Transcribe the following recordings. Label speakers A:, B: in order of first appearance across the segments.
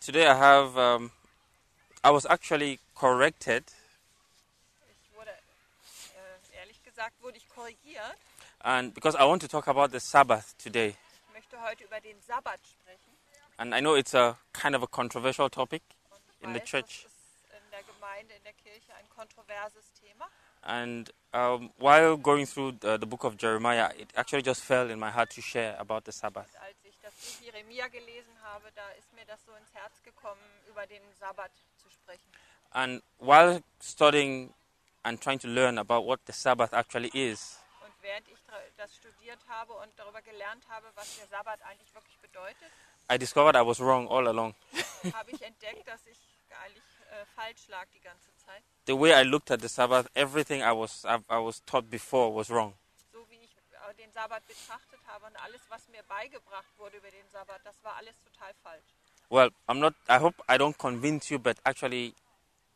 A: Today I have. Um, I was actually corrected.
B: Ich wurde, äh, ehrlich gesagt, wurde ich korrigiert.
A: And because I want to talk about the Sabbath today.
B: Ich möchte heute über den Sabbat sprechen.
A: And I know it's a kind of a controversial topic
B: Und ich
A: In the
B: weiß,
A: church.
B: Das ist in der Gemeinde, in der Kirche ein kontroverses Thema.
A: And um, while going through the, the book of Jeremiah, it actually just fell in my heart to share about the Sabbath.
B: Und als ich das Buch Jeremia gelesen habe, da ist mir das so ins Herz gekommen, über den Sabbat zu sprechen.
A: And while studying and trying to learn about what the Sabbath actually is,
B: Und während ich dra- das studiert habe und darüber gelernt habe, was der Sabbat eigentlich wirklich bedeutet,
A: I discovered I was wrong all along.
B: habe ich entdeckt, dass ich eigentlich äh, falsch lag die ganze Zeit.
A: The way I looked at the Sabbath, everything I was I, I was taught before was wrong.
B: So wie ich äh, den Sabbat betrachtet habe und alles, was mir beigebracht wurde über den Sabbat, das war alles total falsch.
A: Well, I'm not. I hope I don't convince you, but actually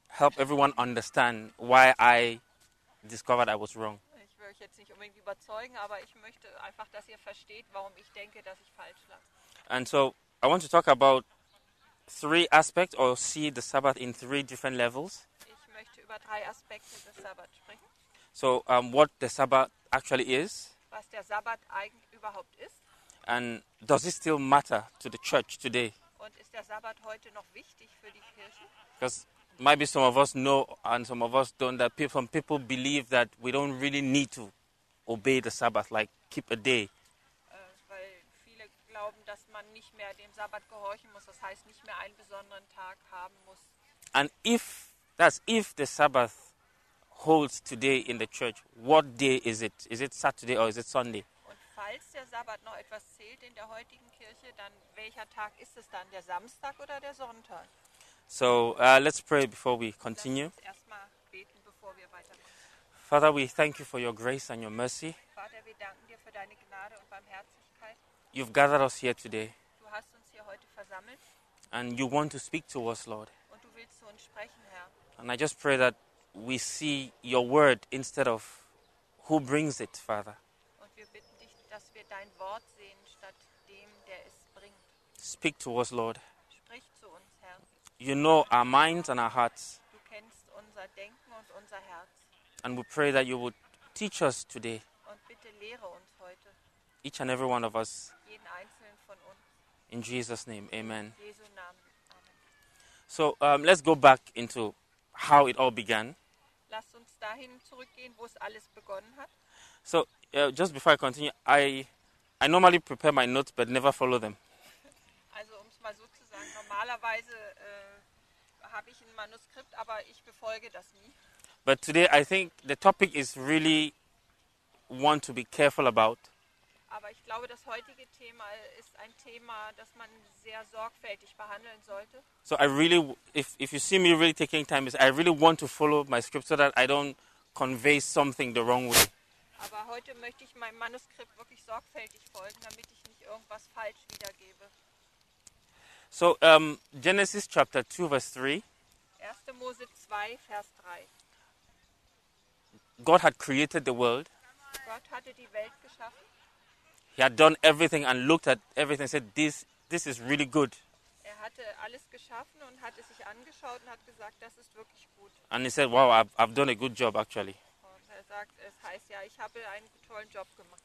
A: help everyone understand why I discovered I was wrong.
B: Ich will euch jetzt nicht unbedingt überzeugen, aber ich möchte einfach, dass ihr versteht, warum ich denke, dass ich falsch lag.
A: And so I want to talk about three aspects or see the Sabbath in three different levels.
B: Ich möchte über drei Aspekte des Sabbat sprechen.
A: So, um, what the Sabbath actually is,
B: Was der Sabbat eigentlich überhaupt ist
A: and does it still matter to the church today?
B: und ist der Sabbat heute noch wichtig für die Kirchen?
A: Because maybe some of us know and some of us don't that people, some people believe that we don't really need to obey the Sabbath, like keep a day.
B: Äh, weil viele glauben, dass man nicht mehr dem Sabbat gehorchen muss, das heißt nicht mehr einen besonderen Tag haben muss.
A: And if that's if the Sabbath holds today in the church, what day is it? Is it Saturday or is it Sunday?
B: Und falls der Sabbat noch etwas zählt in der heutigen Kirche, dann welcher Tag ist es dann? Der Samstag oder der Sonntag?
A: So uh, let's pray before we
B: Lass
A: continue.
B: uns erstmal beten, bevor wir weitermachen.
A: Father, we thank you for your grace and your mercy.
B: Vater, wir danken dir für deine Gnade und Barmherzigkeit.
A: You've gathered us here today
B: Du hast uns hier heute versammelt
A: and you want to speak to us, Lord.
B: und du willst zu uns sprechen, Herr.
A: And I just pray that we see your word instead of who brings it, Father.
B: Und wir bitten dich, dass wir dein Wort sehen, statt dem, der es bringt.
A: Speak to us, Lord.
B: Sprich zu uns, Herr.
A: You know our minds and our hearts,
B: Du kennst unser Denken und unser Herz.
A: and we pray that you would teach us today,
B: Und bitte lehre uns heute,
A: each and every one of us,
B: jeden einzelnen von uns.
A: in Jesus' name. Amen.
B: Jesu Namen. Amen.
A: So um, let's go back into how it all began.
B: Lasst uns dahin zurückgehen, wo es alles begonnen hat.
A: So uh, just before I continue, I I normally prepare my notes but never follow them.
B: Also um es mal so zu sagen, normalerweise äh, habe ich ein Manuskript, aber ich befolge das nie.
A: But today I think the topic is really one to be careful about.
B: Aber ich glaube, das heutige Thema ist ein Thema, das man sehr sorgfältig behandeln sollte.
A: So I really, if if you see me really taking time, is I really want to follow my script so that I don't convey something the wrong way.
B: Aber heute möchte ich meinem Manuskript wirklich sorgfältig folgen, damit ich nicht irgendwas falsch wiedergebe.
A: So um, Genesis chapter two verse three,
B: 1. Mose 2, Vers 3.
A: God had created the world.
B: Gott hatte die Welt geschaffen.
A: He had done everything and looked at everything. and Said this this is really good.
B: Er hatte alles geschaffen und hatte sich angeschaut und hat gesagt, das ist wirklich gut.
A: And he said, Wow, I've, I've done a good job actually.
B: Und er sagt, es heißt ja, ich habe einen tollen Job gemacht.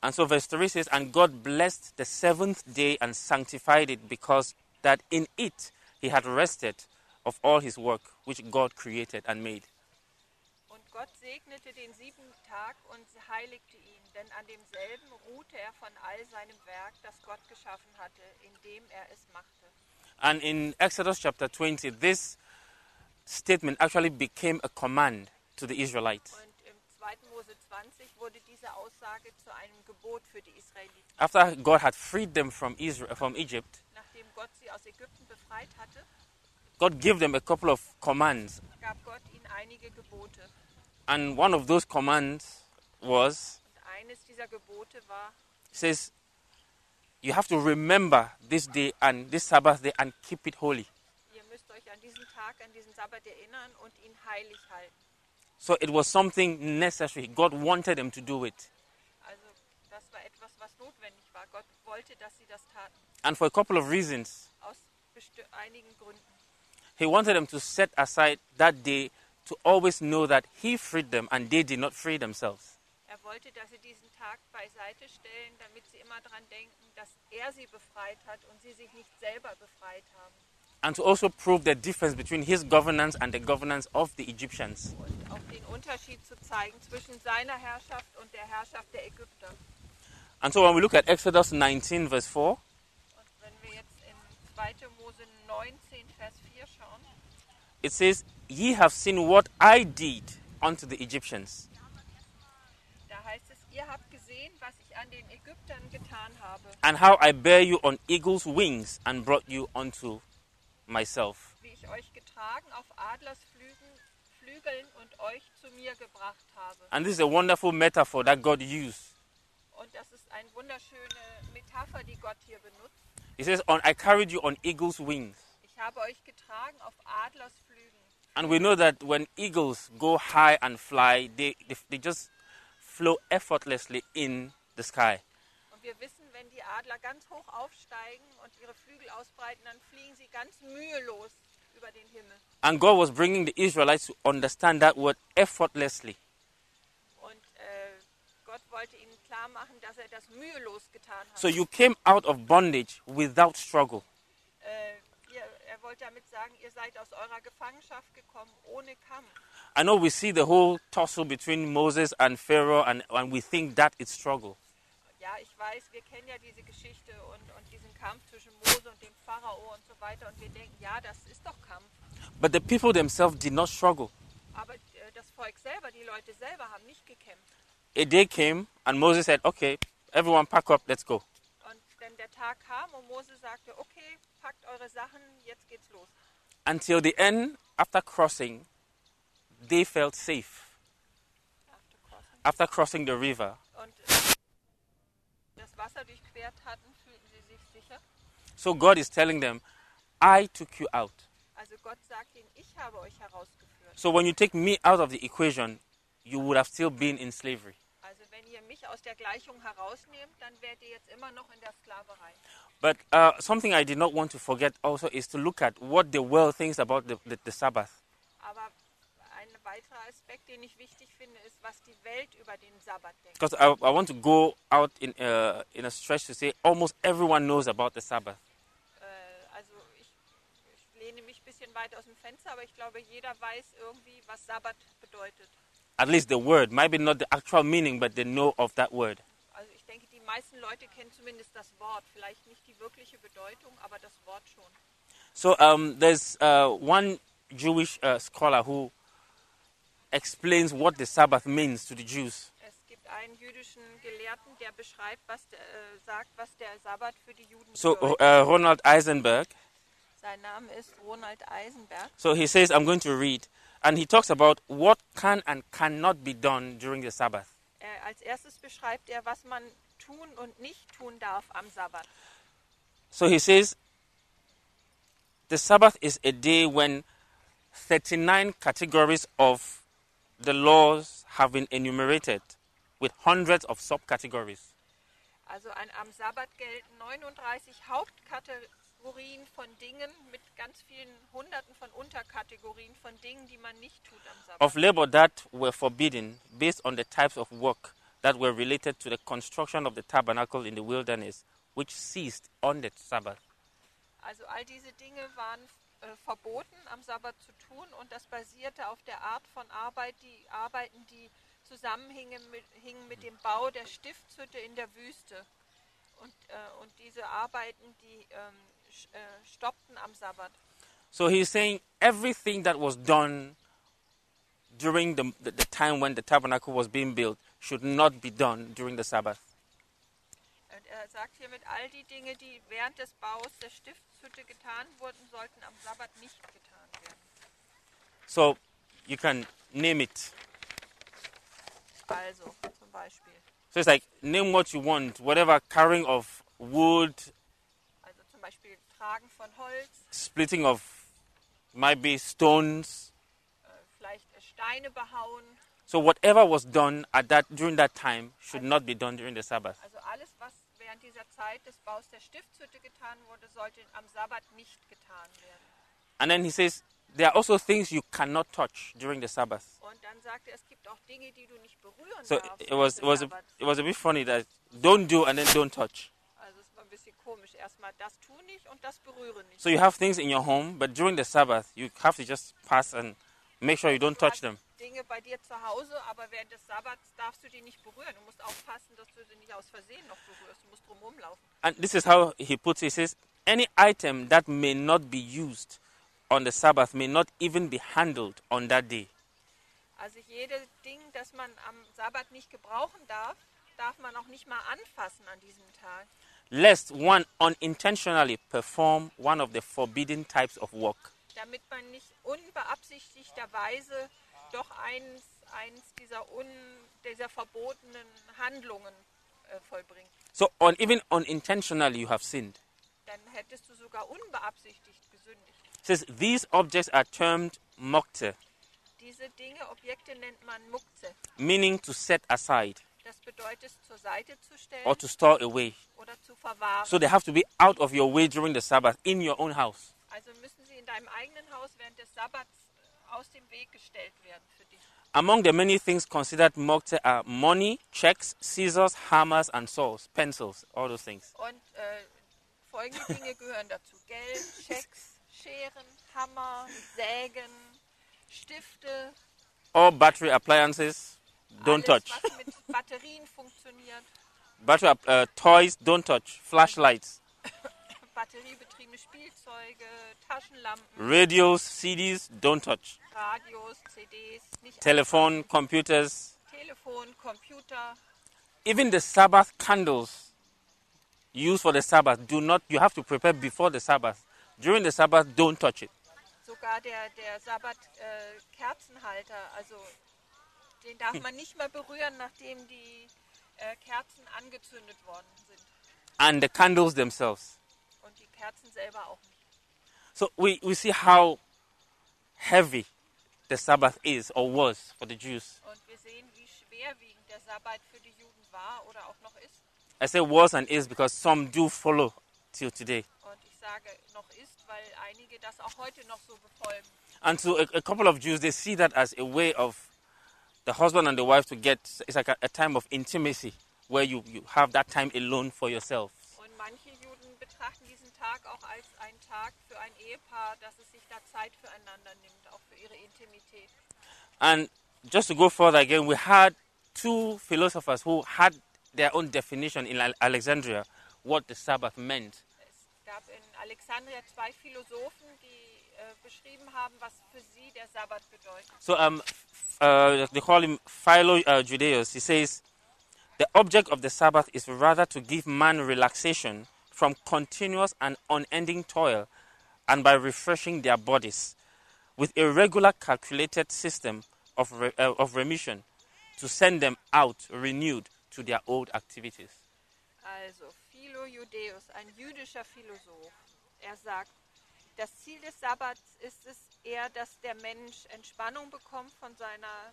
A: And so, verse 3 says, And God blessed the seventh day and sanctified it because that in it he had rested of all his work which God created and made.
B: Und Gott segnete den siebten Tag und heiligte ihn, denn an demselben ruhte er von all seinem Werk, das Gott geschaffen hatte, indem er es machte.
A: And in Exodus chapter 20, this statement actually became a command to the Israelites.
B: Und im 2. Mose 20 wurde diese Aussage zu einem Gebot für die Israeliten.
A: After God had freed them from, Israel, from Egypt,
B: Nachdem Gott sie aus Ägypten befreit hatte,
A: God gave them a couple of commands.
B: gab Gott ihnen einige Gebote.
A: And one of those commands was,
B: Und eines dieser Gebote war,
A: it says, You have to remember this day and this Sabbath day and keep it holy.
B: ihr müsst euch an diesen Tag, an diesen Sabbat erinnern und ihn heilig halten.
A: So it was something necessary. God wanted them to do it.
B: Also das war etwas, was notwendig war. Gott wollte, dass sie das taten.
A: And for a couple of reasons.
B: Aus besti- einigen Gründen.
A: He wanted them to set aside that day to always know that He freed them and they did not free themselves.
B: Er wollte, dass sie diesen Tag beiseite stellen, damit sie immer daran denken, dass er sie befreit hat und sie sich nicht selber befreit haben.
A: And to also prove the difference between His governance and the governance of the Egyptians.
B: Und auch den Unterschied zu zeigen zwischen seiner Herrschaft und der Herrschaft der Ägypter.
A: And so when we look at Exodus 19, verse 4,
B: Und wenn wir jetzt in 2. Mose 19, Vers 4 schauen,
A: it says, Ye have seen what I did unto the Egyptians.
B: da heißt es, ihr habt gesehen, was ich an den Ägyptern getan habe,
A: and how I bare you on eagle's wings and brought you unto myself.
B: wie ich euch getragen auf Adlersflügen, Flügeln und euch zu mir gebracht habe.
A: And this is a wonderful metaphor that God used.
B: Und das ist eine wunderschöne Metapher, die Gott hier benutzt.
A: He says, on, I carried you on eagle's wings.
B: Ich habe euch getragen auf Adlersflügen.
A: And we know that when eagles go high and fly, they, they, they just flow effortlessly in the sky.
B: Und wir wissen, wenn die Adler ganz hoch aufsteigen und ihre Flügel ausbreiten, dann fliegen sie ganz mühelos über den Himmel.
A: And God was bringing the Israelites to understand that word effortlessly.
B: Und äh, Gott wollte ihnen klar machen, dass er das mühelos getan hat.
A: So you came out of bondage without struggle.
B: äh, ihr, er wollte damit sagen, ihr seid aus eurer Gefangenschaft gekommen, ohne Kampf.
A: I know we see the whole tussle between Moses and Pharaoh, and, and we think that it's struggle.
B: Ja, ich weiß, wir kennen ja diese Geschichte und, und diesen Kampf zwischen Mose und dem Pharao und so weiter. Und wir denken, ja, das ist doch Kampf.
A: But the people themselves did not struggle.
B: Aber äh, das Volk selber, die Leute selber haben nicht gekämpft.
A: A day came, and Moses said, Okay, everyone pack up, let's go.
B: Und dann der Tag kam und Mose sagte, okay, packt eure Sachen, jetzt geht's los.
A: Until the end, after crossing, they felt safe. After crossing the river.
B: Und äh, das Wasser durchquert hatten, fühlten sie sich sicher.
A: So God is telling them, I took you out.
B: Also Gott sagt ihnen, ich habe euch herausgeführt.
A: So when you take me out of the equation, you would have still been in slavery.
B: Also wenn ihr mich aus der Gleichung herausnehmt, dann werdet ihr jetzt immer noch in der Sklaverei.
A: But uh, something I did not want to forget also is to look at what the world thinks about the, the, the Sabbath.
B: Aber ein weiterer Aspekt, den ich wichtig finde, ist, was die Welt über den Sabbat denkt.
A: Because I, I want to go out in, uh, in a stretch to say almost everyone knows about the Sabbath.
B: Äh, also ich, ich lehne mich ein bisschen weit aus dem Fenster, aber ich glaube, jeder weiß irgendwie, was Sabbat bedeutet.
A: at least the word, maybe not the actual meaning, but they know of that word.
B: Also ich denke, die meisten Leute kennen zumindest das Wort, vielleicht nicht die wirkliche Bedeutung, aber das Wort schon.
A: So um, there's uh, one Jewish uh, scholar who explains what the Sabbath means to the Jews.
B: Es gibt einen jüdischen Gelehrten, der beschreibt, was der, äh, sagt, was der Sabbat für die Juden
A: So
B: bedeutet.
A: uh, Ronald Eisenberg,
B: Sein Name ist Ronald Eisenberg.
A: so he says, I'm going to read, and he talks about what can and cannot be done during the Sabbath.
B: Er, als erstes beschreibt er, was man tun und nicht tun darf am Sabbat.
A: So he says, the Sabbath is a day when 39 categories of the laws have been enumerated with hundreds of subcategories.
B: Also an, am Sabbat gelten 39 Hauptkategorien von Dingen mit ganz vielen Hunderten von Unterkategorien von Dingen, die man nicht tut am Sabbat.
A: of labor that were forbidden based on the types of work that were related to the construction of the tabernacle in the wilderness, which ceased on the Sabbath.
B: Also all diese Dinge waren äh, verboten am Sabbat zu tun und das basierte auf der Art von Arbeit, die Arbeiten, die zusammenhingen mit, hingen mit dem Bau der Stiftshütte in der Wüste. Und, äh, und diese Arbeiten, die ähm, sch- äh, stoppten am Sabbat.
A: So he's saying everything that was done during the, the, the time when the tabernacle was being built should not be done during the Sabbath.
B: Und er sagt hiermit, all die Dinge, die während des Baus der Stiftshütte getan wurden, sollten am Sabbat nicht getan werden.
A: So you can name it.
B: Also zum Beispiel,
A: So it's like name what you want, whatever carrying of wood,
B: also zum Beispiel Tragen von Holz,
A: splitting of might be stones.
B: äh, vielleicht äh, Steine behauen,
A: So whatever was done at that during that time should not be done during the Sabbath.
B: also alles, was wer während dieser Zeit des Baus der Stiftshütte getan wurde, sollte am Sabbat nicht getan werden.
A: And then he says, There are also things you cannot touch during the Sabbath.
B: Und dann sagt er, es gibt auch Dinge, die du nicht berühren
A: So
B: darfst.
A: it was, it,
B: am
A: was a,
B: Sabbat.
A: it was a bit funny that don't do and then don't touch.
B: Also es war ein bisschen komisch. Erstmal das tu nicht und das berühre nicht.
A: So you have things in your home, but during the Sabbath, you have to just pass and make sure you don't
B: Du
A: touch
B: hast
A: them.
B: Dinge bei dir zu Hause, aber während des Sabbats darfst du die nicht berühren. Du musst aufpassen, dass du sie nicht aus Versehen noch berührst. Du musst drum rumlaufen.
A: And this is how he puts it. He says, Any item that may not be used on the Sabbath may not even be handled on that day.
B: Also jedes Ding, das man am Sabbat nicht gebrauchen darf, darf man auch nicht mal anfassen an diesem Tag.
A: lest one unintentionally perform one of the forbidden types of work.
B: damit man nicht unbeabsichtigterweise doch eins, eins dieser, un, dieser verbotenen Handlungen äh, vollbringt.
A: So, on, even unintentionally, you have sinned.
B: Dann hättest du sogar unbeabsichtigt gesündigt.
A: It says these objects are termed mokte,
B: Diese Dinge, Objekte nennt man Mukze.
A: meaning to set aside
B: Das bedeutet, zur Seite zu stellen
A: or to store away.
B: oder zu verwahren.
A: So they have to be out of your way during the Sabbath in your own house.
B: also müssen sie in deinem eigenen Haus während des Sabbats äh, aus dem Weg gestellt werden für dich.
A: Among the many things considered mokte are money, checks, scissors, hammers, and saws, pencils, all those things.
B: Und äh, folgende Dinge gehören dazu: Geld, Schecks, Scheren, Hammer, Sägen, Stifte.
A: All battery appliances, don't
B: alles,
A: touch.
B: Was mit Batterien funktioniert,
A: Battery app- uh, toys, don't touch. Flashlights,
B: batteriebetriebene Spielzeuge, Taschenlampen,
A: radios, CDs, don't touch.
B: Radios, CDs, nicht
A: Telephone, computers,
B: anfassen, Telefon, Computer.
A: even the Sabbath candles used for the Sabbath. Do not. You have to prepare before the Sabbath. During the Sabbath, don't touch it.
B: Sogar der, der Sabbat äh, Kerzenhalter, also den darf man nicht mehr berühren, nachdem die äh, Kerzen angezündet worden sind.
A: And the candles themselves.
B: Und die Kerzen selber auch nicht.
A: So we, we see how heavy the Sabbath is or was for the Jews.
B: Und wir sehen, wie schwerwiegend der Sabbat für die Juden war oder auch noch ist.
A: I say was and is because some do follow till today.
B: Und ich sage noch ist, weil einige das auch heute noch so befolgen.
A: And so a, a couple of Jews they see that as a way of the husband and the wife to get it's like a, a time of intimacy where you, you have that time alone for yourself.
B: Und manche Juden betrachten diesen Tag auch als einen Tag für ein Ehepaar, dass es sich da Zeit füreinander nimmt, auch für ihre Intimität.
A: And just to go further again, we had two philosophers who had their own definition in Ale- Alexandria what the Sabbath meant.
B: Es gab in Alexandria zwei Philosophen, die äh, beschrieben haben, was für sie der Sabbat bedeutet.
A: So um, f- uh, they call him Philo uh, Judaeus. He says the object of the Sabbath is rather to give man relaxation from continuous and unending toil, and by refreshing their bodies with a regular, calculated system of re- uh, of remission, to send them out renewed to their old activities.
B: Also Philo Judäus, ein jüdischer Philosoph, er sagt, das Ziel des Sabbats ist es eher, dass der Mensch Entspannung bekommt von seiner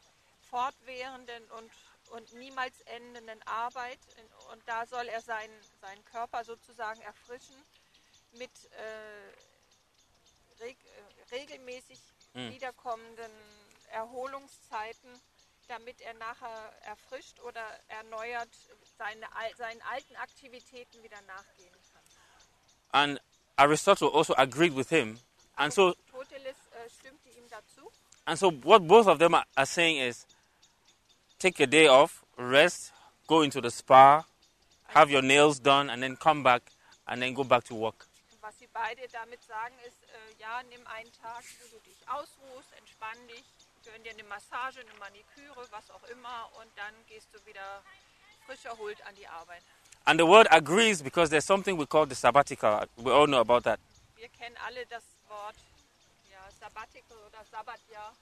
B: fortwährenden und, und niemals endenden Arbeit. Und da soll er seinen, seinen Körper sozusagen erfrischen mit äh, reg, äh, regelmäßig wiederkommenden Erholungszeiten, damit er nachher erfrischt oder erneuert seine, al- seinen alten Aktivitäten wieder nachgehen kann.
A: And Aristotle also agreed with him. And so
B: Aristoteles äh, stimmte ihm dazu.
A: And so, what both of them are, are saying is take a day off, rest, go into the spa, have your nails done, and then come back and then go back to work.
B: Und Was sie beide damit sagen ist, äh, ja, nimm einen Tag, wo du dich ausruhst, entspann dich, gönn dir eine Massage, eine Maniküre, was auch immer und dann gehst du wieder frisch erholt an die Arbeit.
A: And the world agrees because there's something we call the sabbatical. We all know about that.
B: Wir kennen alle das Wort ja, Sabbatical oder Sabbatjahr.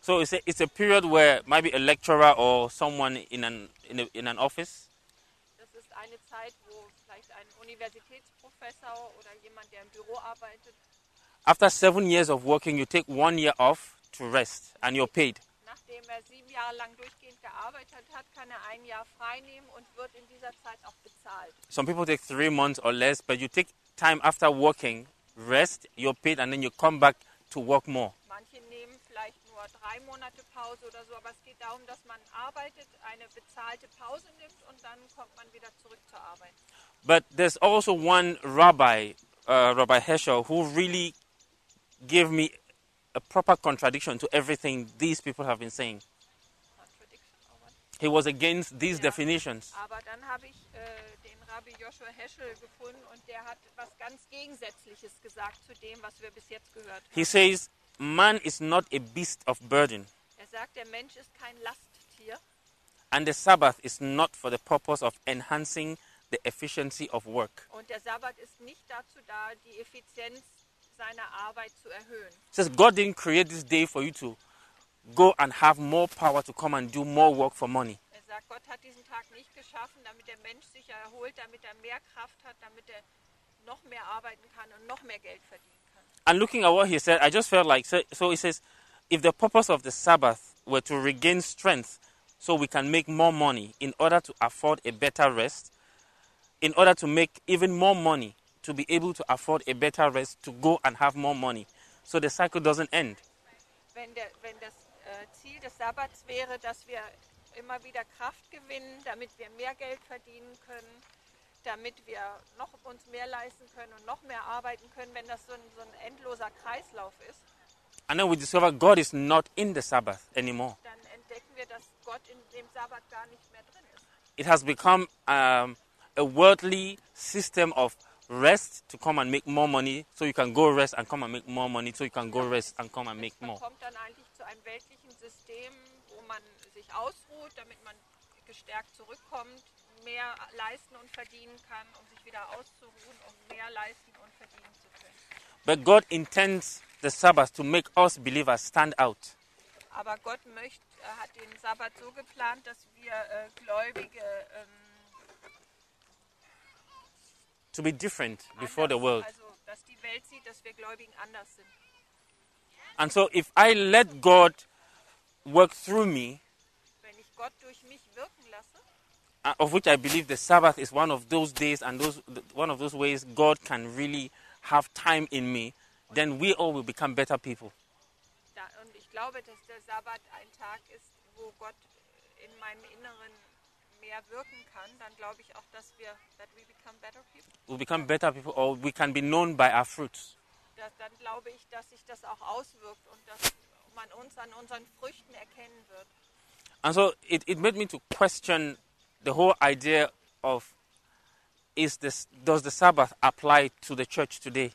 A: So, it's a, it's a period where maybe a lecturer or someone in an, in, a, in an office
B: Das ist eine Zeit, wo vielleicht ein Universitätsprofessor oder jemand, der im Büro arbeitet,
A: after seven years of working, you take one year off to rest and you're paid.
B: nach nachdem er sieben Jahre lang durchgehend gearbeitet hat, kann er ein Jahr frei nehmen und wird in dieser Zeit auch bezahlt.
A: Some people take three months or less, but you take time after working, rest, you're paid, and then you come back to work more.
B: Manche nehmen vielleicht nur drei Monate Pause oder so, aber es geht darum, dass man arbeitet, eine bezahlte Pause nimmt und dann kommt man wieder zurück zur Arbeit.
A: But there's also one rabbi, uh, Rabbi Heschel, who really gave me a proper contradiction to everything these people have been saying.
B: Contradiction, aber-
A: He was against these
B: Yeah.
A: definitions.
B: Aber dann habe ich äh, den Rabbi Joshua Heschel gefunden und der hat was ganz Gegensätzliches gesagt zu dem, was wir bis jetzt gehört haben.
A: He says, Man is not a beast of burden,
B: Er sagt, der Mensch ist kein Lasttier
A: and the Sabbath is not for the purpose of enhancing the efficiency of work.
B: und der Sabbat ist nicht dazu da, die Effizienz seiner Arbeit zu erhöhen.
A: He says, God didn't create this day for you to go and have more power to come and do more work for money.
B: Er sagt, Gott hat diesen Tag nicht geschaffen, damit der Mensch sich erholt, damit er mehr Kraft hat, damit er noch mehr arbeiten kann und noch mehr Geld verdienen kann.
A: And looking at what he said, I just felt like so, so he says, if the purpose of the Sabbath were to regain strength so we can make more money in order to afford a better rest, in order to make even more money, to be able to afford a better rest, to go and have more money. So the cycle doesn't end.
B: wenn, der, wenn das äh, Ziel des Sabbats wäre, dass wir immer wieder Kraft gewinnen, damit wir mehr Geld verdienen können, damit wir noch uns mehr leisten können und noch mehr arbeiten können, wenn das so ein, so ein endloser Kreislauf ist,
A: And then we discover God is not in the Sabbath anymore.
B: dann entdecken wir, dass Gott in dem Sabbat gar nicht mehr drin ist.
A: It has become um, a worldly system of rest to come and make more money so you can go rest and come and make more money so you can go rest and come and make
B: Man
A: more.
B: kommt dann eigentlich zu einem weltlichen System, wo man sich ausruht, damit man gestärkt zurückkommt, mehr leisten und verdienen kann, um sich wieder auszuruhen, um mehr leisten und verdienen zu können.
A: But God intends the Sabbath to make us believers stand out.
B: Aber Gott möcht, äh, hat den Sabbat so geplant, dass wir äh, Gläubige ähm,
A: to be different before the
B: anders,
A: world.
B: also dass die Welt sieht, dass wir Gläubigen anders sind.
A: And so, if I let God work through me,
B: Wenn ich Gott durch mich wirken lasse,
A: uh, of which I believe the Sabbath is one of those days and those th- one of those ways God can really have time in me, then we all will become better people.
B: da, und ich glaube, dass der Sabbat ein Tag ist, wo Gott in meinem Inneren mehr wirken kann, dann glaube ich auch, dass wir, that we become better people.
A: We'll become better people, or we can be known by our fruits.
B: Da- dann glaube ich, dass sich das auch auswirkt und dass man uns an unseren Früchten erkennen wird.
A: And so, it, it made me to question the whole idea of is this does the Sabbath apply to the church today?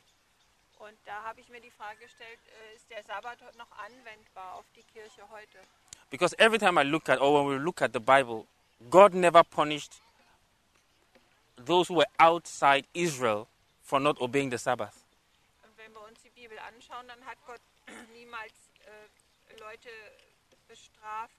B: Und da habe ich mir die Frage gestellt, äh, ist der Sabbat noch anwendbar auf die Kirche heute?
A: Because every time I look at, or when we look at the Bible, God never punished those who were outside Israel for not obeying the Sabbath.
B: Und wenn wir uns die Bibel anschauen, dann hat Gott niemals äh, Leute bestraft,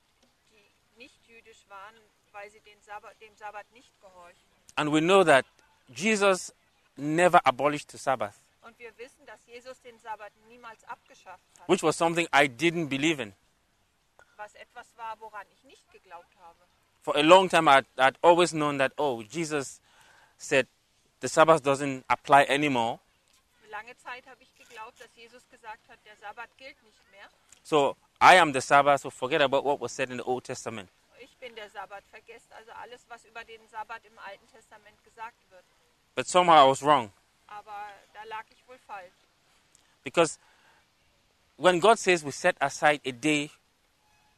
B: die nicht jüdisch waren, weil sie den Sabbat, dem Sabbat nicht gehorchen.
A: And we know that Jesus never abolished the Sabbath,
B: Und wir wissen, dass Jesus den Sabbat niemals abgeschafft hat,
A: which was something I didn't believe in.
B: was etwas war, woran ich nicht geglaubt habe.
A: For a long time, I'd, I'd always known that, oh, Jesus said the Sabbath doesn't apply anymore.
B: Lange Zeit habe ich geglaubt, dass Jesus gesagt hat, der Sabbat gilt nicht mehr.
A: So I am the Sabbath, so forget about what was said in the Old Testament.
B: Ich bin der Sabbat. Vergesst also alles, was über den Sabbat im Alten Testament gesagt wird.
A: But somehow I was wrong.
B: Aber da lag ich wohl falsch.
A: Because when God says we set aside a day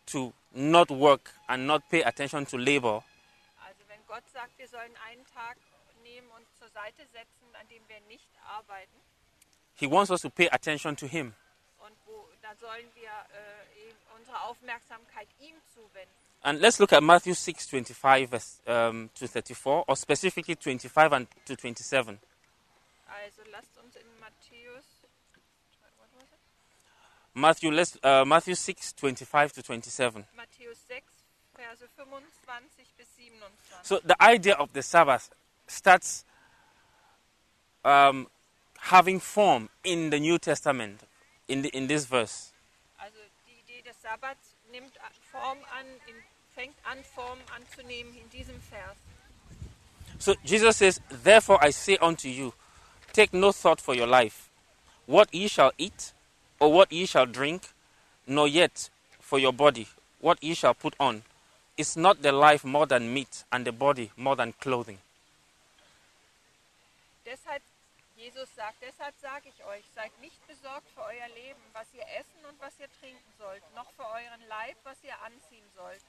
A: to not work and not pay attention to labor,
B: Also wenn Gott sagt, wir sollen einen Tag nehmen und zur Seite setzen, an dem wir nicht arbeiten,
A: He wants us to pay attention to Him.
B: und wo, da sollen wir äh, eben unsere Aufmerksamkeit ihm zuwenden.
A: And let's look at Matthew 6 25 verse, um, to 34, or specifically 25 and to 27.
B: Also lasst uns in Matthäus, what was it?
A: Matthew, let's, uh, Matthew 6 25 to 27.
B: Matthäus 6, Verse 25 bis 27.
A: So the idea of the Sabbath starts um, having form in the New Testament, in, the, in this verse.
B: Also die Idee des Sabbats nimmt Form an, in, fängt an, Form anzunehmen in diesem Vers.
A: So Jesus says, Therefore I say unto you, take no thought for your life, what ye shall eat, or what ye shall drink, nor yet for your body, what ye shall put on. Is not the life more than meat, and the body more than clothing?
B: Deshalb, Jesus sagt, deshalb sage ich euch, seid nicht besorgt für euer Leben, was ihr essen und was ihr trinken sollt, noch für euren Leib, was ihr anziehen sollt.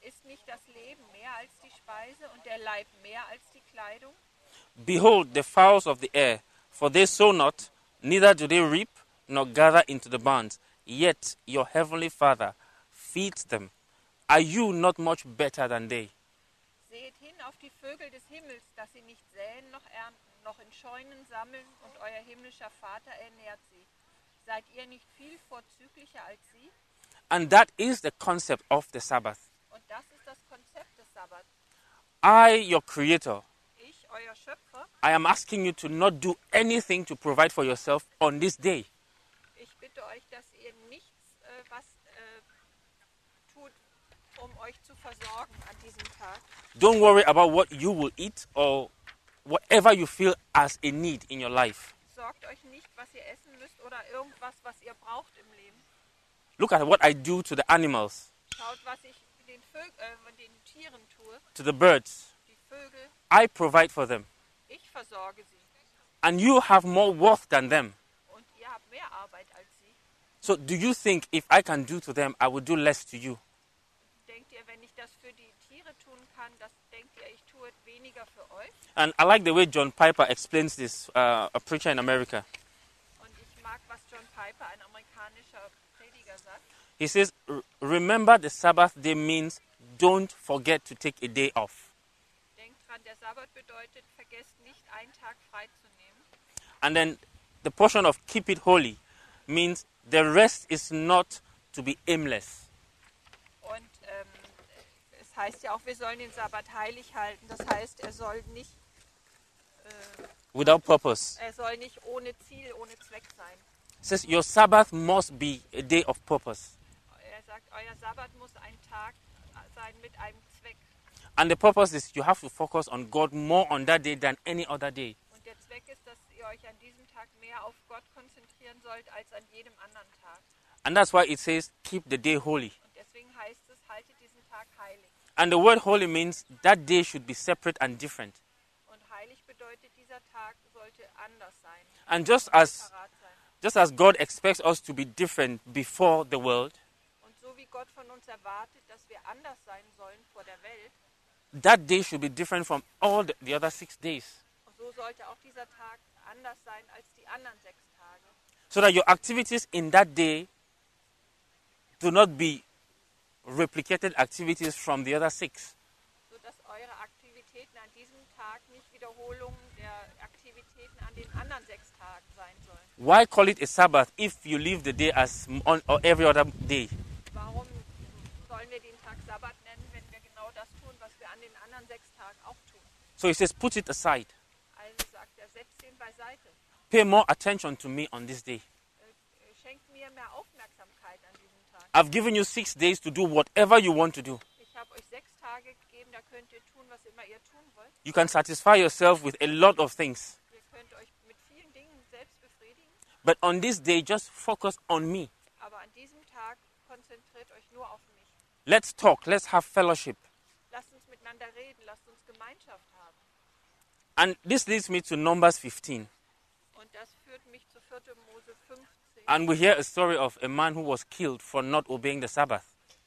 B: Ist nicht das Leben mehr als die Speise und der Leib mehr als die Kleidung?
A: Behold the fowls of the air, for they sow not, neither do they reap, nor gather into the barns, yet your heavenly Father feeds them. Are you not much better than they?
B: Seht hin auf die Vögel des Himmels, dass sie nicht säen noch ernten, noch in Scheunen sammeln, und euer himmlischer Vater ernährt sie. Seid ihr nicht viel vorzüglicher als sie?
A: And that is the concept of the Sabbath.
B: Und das ist das Konzept des Sabbats.
A: I, your Creator,
B: Ich, euer Schöpfer,
A: I am asking you to not do anything to provide for yourself on this day.
B: ich bitte euch, dass ihr nichts äh, was äh, tut, um euch zu versorgen an diesem Tag.
A: Don't worry about what you will eat or whatever you feel as a need in your life.
B: Sorgt euch nicht, was ihr essen müsst oder irgendwas, was ihr braucht im Leben.
A: Look at what I do to the animals,
B: Schaut, was ich den, Vög äh, den Tieren tue,
A: to the birds.
B: die Vögel,
A: I provide for them.
B: ich versorge sie.
A: And you have more worth than them.
B: Und ihr habt mehr Arbeit als sie.
A: So do you think if I can do to them, I will do less to you?
B: Denkt ihr, wenn ich das für die Tiere tun kann, das denkt ihr, ich tue weniger für euch?
A: And I like the way John Piper explains this, uh, a preacher in America.
B: Und ich mag, was John Piper, ein amerikanischer Prediger, sagt.
A: He says, "Re- Remember the Sabbath day means don't forget to take a day off.
B: Denkt dran, der Sabbat bedeutet, vergesst nicht, einen Tag freizunehmen.
A: And then the portion of keep it holy means the rest is not to be aimless.
B: Und ähm, es heißt ja auch, wir sollen den Sabbat heilig halten. Das heißt, er soll nicht, äh,
A: without purpose.
B: er soll nicht ohne Ziel, ohne Zweck sein.
A: It says your Sabbath must be a day of purpose.
B: Er sagt, euer Sabbat muss ein Tag sein mit einem Zweck.
A: And the purpose is you have to focus on God more on that day than any other day.
B: Und der Zweck ist, dass ihr euch an diesem Tag mehr auf Gott konzentrieren sollt als an jedem anderen Tag.
A: And that's why it says keep the day holy.
B: Und deswegen heißt es, haltet diesen Tag heilig.
A: And the word holy means that day should be separate and different.
B: Und heilig bedeutet, dieser Tag sollte anders sein,
A: And just as
B: separat sein.
A: just as God expects us to be different before the world,
B: Und so wie Gott von uns erwartet, dass wir anders sein sollen vor der Welt,
A: that day should be different from all the, the other 6 days.
B: so sollte auch dieser Tag anders sein als die anderen sechs Tage.
A: So that your activities in that day do not be replicated activities from the other 6.
B: Sodass eure Aktivitäten an diesem Tag nicht Wiederholungen der Aktivitäten an den anderen sechs Tagen sein sollen.
A: Why call it a Sabbath if you leave the day as m- on, or every other day?
B: Warum sollen wir den Tag Sabbat nennen, wenn wir genau das tun, was wir an den anderen sechs Tagen auch tun?
A: So he says, put it aside.
B: Also sagt er, setzt den beiseite.
A: Pay more attention to me on this day.
B: Äh, äh, Schenkt mir mehr Aufmerksamkeit an diesem Tag.
A: I've given you six days to do whatever you want to do.
B: Ich habe euch sechs Tage gegeben, da könnt ihr tun, was immer ihr tun wollt.
A: You can satisfy yourself with a lot of things.
B: Ihr könnt euch mit vielen Dingen selbst befriedigen,
A: But on this day, just focus on me.
B: aber an diesem Tag konzentriert euch nur auf mich.
A: Let's talk. Let's have fellowship.
B: Lasst uns miteinander reden, lasst uns Gemeinschaft haben.
A: And this leads me to Numbers 15.
B: Und das führt mich zu 4. Mose 15.
A: And we hear a story of a man who was killed for not obeying the Sabbath.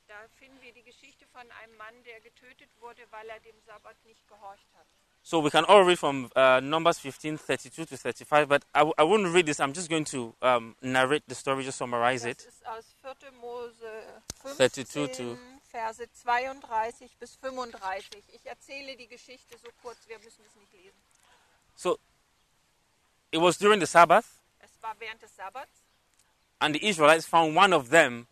B: Da finden wir die Geschichte von einem Mann, der getötet wurde, weil er dem Sabbat nicht gehorcht hat.
A: So we can all read from uh, Numbers 15, 32 to 35, but I w- I won't read this. I'm just going to um, narrate the story, just summarize
B: Das
A: it.
B: ist aus 4. Mose
A: 32 to-
B: 15, Verse 32 bis 35. Ich erzähle die Geschichte so kurz, wir müssen es nicht lesen.
A: So it was during the Sabbath,
B: Es war während des Sabbats
A: and the Israelites found one of them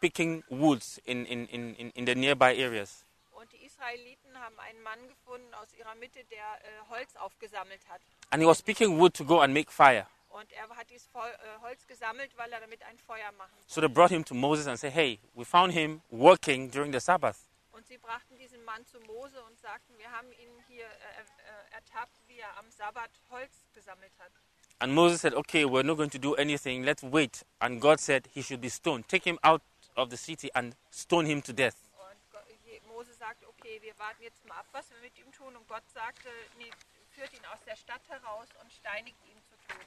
A: picking woods in, in, in, in- in the nearby areas.
B: und die Israeliten haben einen Mann gefunden aus ihrer Mitte, der äh, Holz aufgesammelt hat.
A: And he was picking wood to go and make fire.
B: Und er hat dieses Vol- äh, Holz gesammelt, weil er damit ein Feuer machen wollte.
A: So they brought him to Moses and said, Hey, we found him working during the Sabbath.
B: Und sie brachten diesen Mann zu Mose und sagten, wir haben ihn hier äh, äh, ertappt, wie er am Sabbat Holz gesammelt hat.
A: And Moses said, Okay, we're not going to do anything. Let's wait. And God said, He should be stoned. Take him out of the city and stone him to death.
B: Und Go- Je- Mose sagt, okay, wir warten jetzt mal ab, was wir mit ihm tun. Und Gott sagte, nee, führt ihn aus der Stadt heraus und steinigt ihn zu Tode.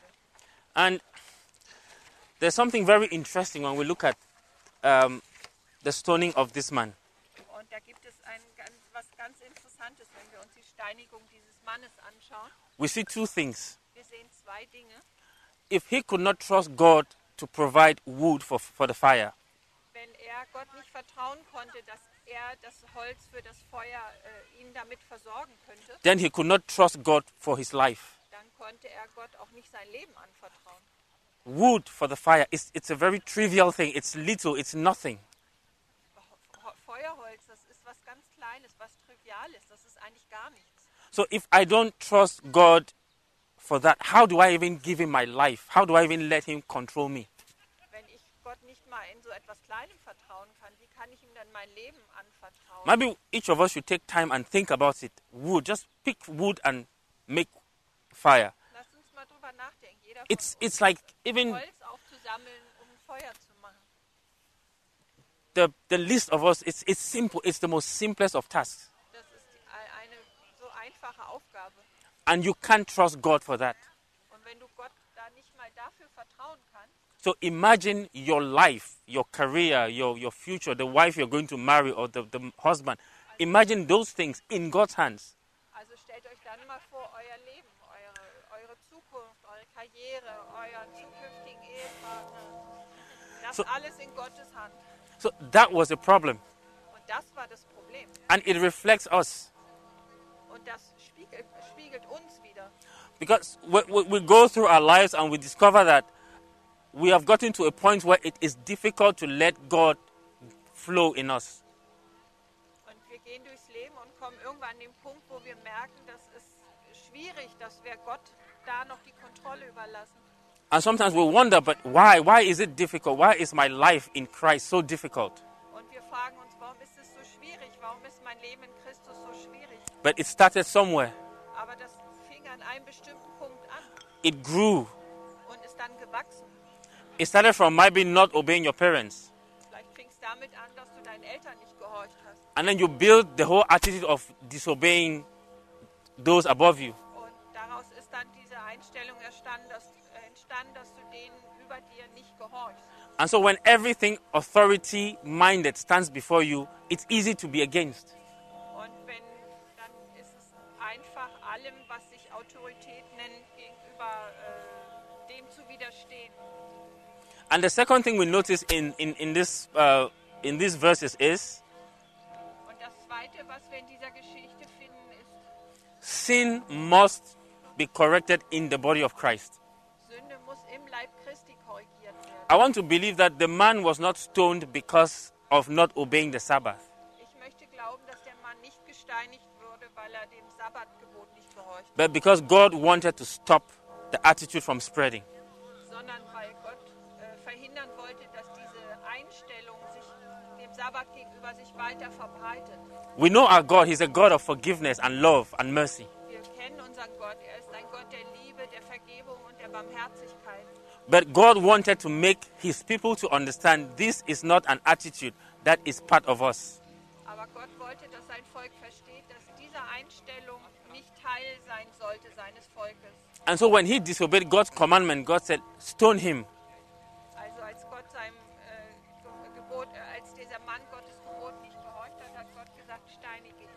A: And there's something very interesting when we look at um, the stoning of this man.
B: Und da gibt es ein ganz, was ganz Interessantes, wenn wir uns die Steinigung dieses Mannes anschauen.
A: We see two things.
B: Wir sehen zwei Dinge.
A: If he could not trust God to provide wood for, for the fire,
B: Wenn er Gott nicht vertrauen konnte, dass er das Holz für das Feuer äh, ihn damit versorgen könnte,
A: then he could not trust God for his life.
B: dann konnte er Gott auch nicht sein Leben anvertrauen.
A: Wood for the fire, it's, it's a very trivial thing. It's little, it's nothing.
B: Ho- Ho- Feuerholz, das ist was ganz Kleines, was Triviales, das ist eigentlich gar nichts.
A: So if I don't trust God for that, how do I even give him my life? How do I even let him control me?
B: Wenn ich Gott nicht mal in so etwas Kleinem vertrauen kann, wie kann ich ihm dann mein Leben anvertrauen?
A: Maybe each of us should take time and think about it. Wood, just pick wood and make fire.
B: Lass uns mal drüber nachdenken. Jeder von
A: It's it's like even
B: Holz aufzusammeln, um ein Feuer zu machen.
A: the the least of us. It's it's simple. It's the most simplest of tasks,
B: Das ist die- ein- eine so einfache Aufgabe.
A: and you can't trust God for that.
B: Und wenn du Gott da nicht mal dafür vertrauen kannst,
A: So imagine your life, your career, your your future, the wife you're going to marry or the, the husband. Imagine those things in God's hands.
B: also stellt euch dann mal vor euer Leben, eure, eure Zukunft, eure Karriere, euren zukünftigen Ehepartner. Das
A: So-
B: alles in Gottes Hand.
A: So that was a problem,
B: Und das war das Problem.
A: and it reflects us.
B: Und das spiegelt, spiegelt uns wieder.
A: Because we, we, we go through our lives and we discover that we have gotten to a point where it is difficult to let God flow in us.
B: Und wir gehen durchs Leben und kommen irgendwann an den Punkt, wo wir merken, das ist schwierig, dass wir Gott da noch die Kontrolle überlassen.
A: And sometimes we wonder, but why? Why is it difficult? Why is my life in Christ so difficult?
B: Und wir fragen uns, warum ist es so schwierig? Warum ist mein Leben in Christus so schwierig?
A: But it started somewhere,
B: Aber das fing an einem bestimmten Punkt an
A: it grew.
B: und ist dann gewachsen.
A: It started from maybe not obeying your parents.
B: Vielleicht fing es damit an, dass du deinen Eltern nicht gehorcht hast.
A: And then you build the whole attitude of disobeying those above you.
B: Und daraus ist dann diese Einstellung entstanden, dass, äh, entstanden, dass du denen über dir nicht gehorchst.
A: And so when everything authority minded stands before you, it's easy to be against.
B: Und wenn, dann ist es einfach allem, was sich Autorität nennt, gegenüber äh, dem zu widerstehen.
A: And the second thing we notice in, in, in, this, uh, in these verses is
B: Und das Zweite, was wir in dieser Geschichte finden, ist,
A: sin must be corrected in the body of Christ.
B: Sünde muss im Leib Christi korrigiert werden.
A: I want to believe that the man was not stoned because of not obeying the Sabbath.
B: Ich möchte glauben, dass der Mann nicht gesteinigt wurde, weil er dem Sabbatgebot nicht gehorcht,
A: But because God wanted to stop the attitude from spreading.
B: sondern weil Gott äh, verhindern wollte, dass diese Einstellung sich dem Sabbat gegenüber sich weiter verbreitet.
A: We know our God, He's a God of forgiveness and love and mercy.
B: Wir kennen unseren Gott. Er ist ein Gott der Liebe, der Vergebung und der Barmherzigkeit.
A: But God wanted to make His people to understand this is not an attitude that is part of us.
B: Aber Gott wollte, dass sein Volk versteht, dass diese Einstellung nicht Teil sein sollte seines Volkes.
A: And so when he disobeyed God's commandment, God said, Stone him.
B: Also als Gott seinem äh, Ge- Gebot, äh, als dieser Mann Gottes Gebot nicht gehorcht hat, hat Gott gesagt, steinige ihn.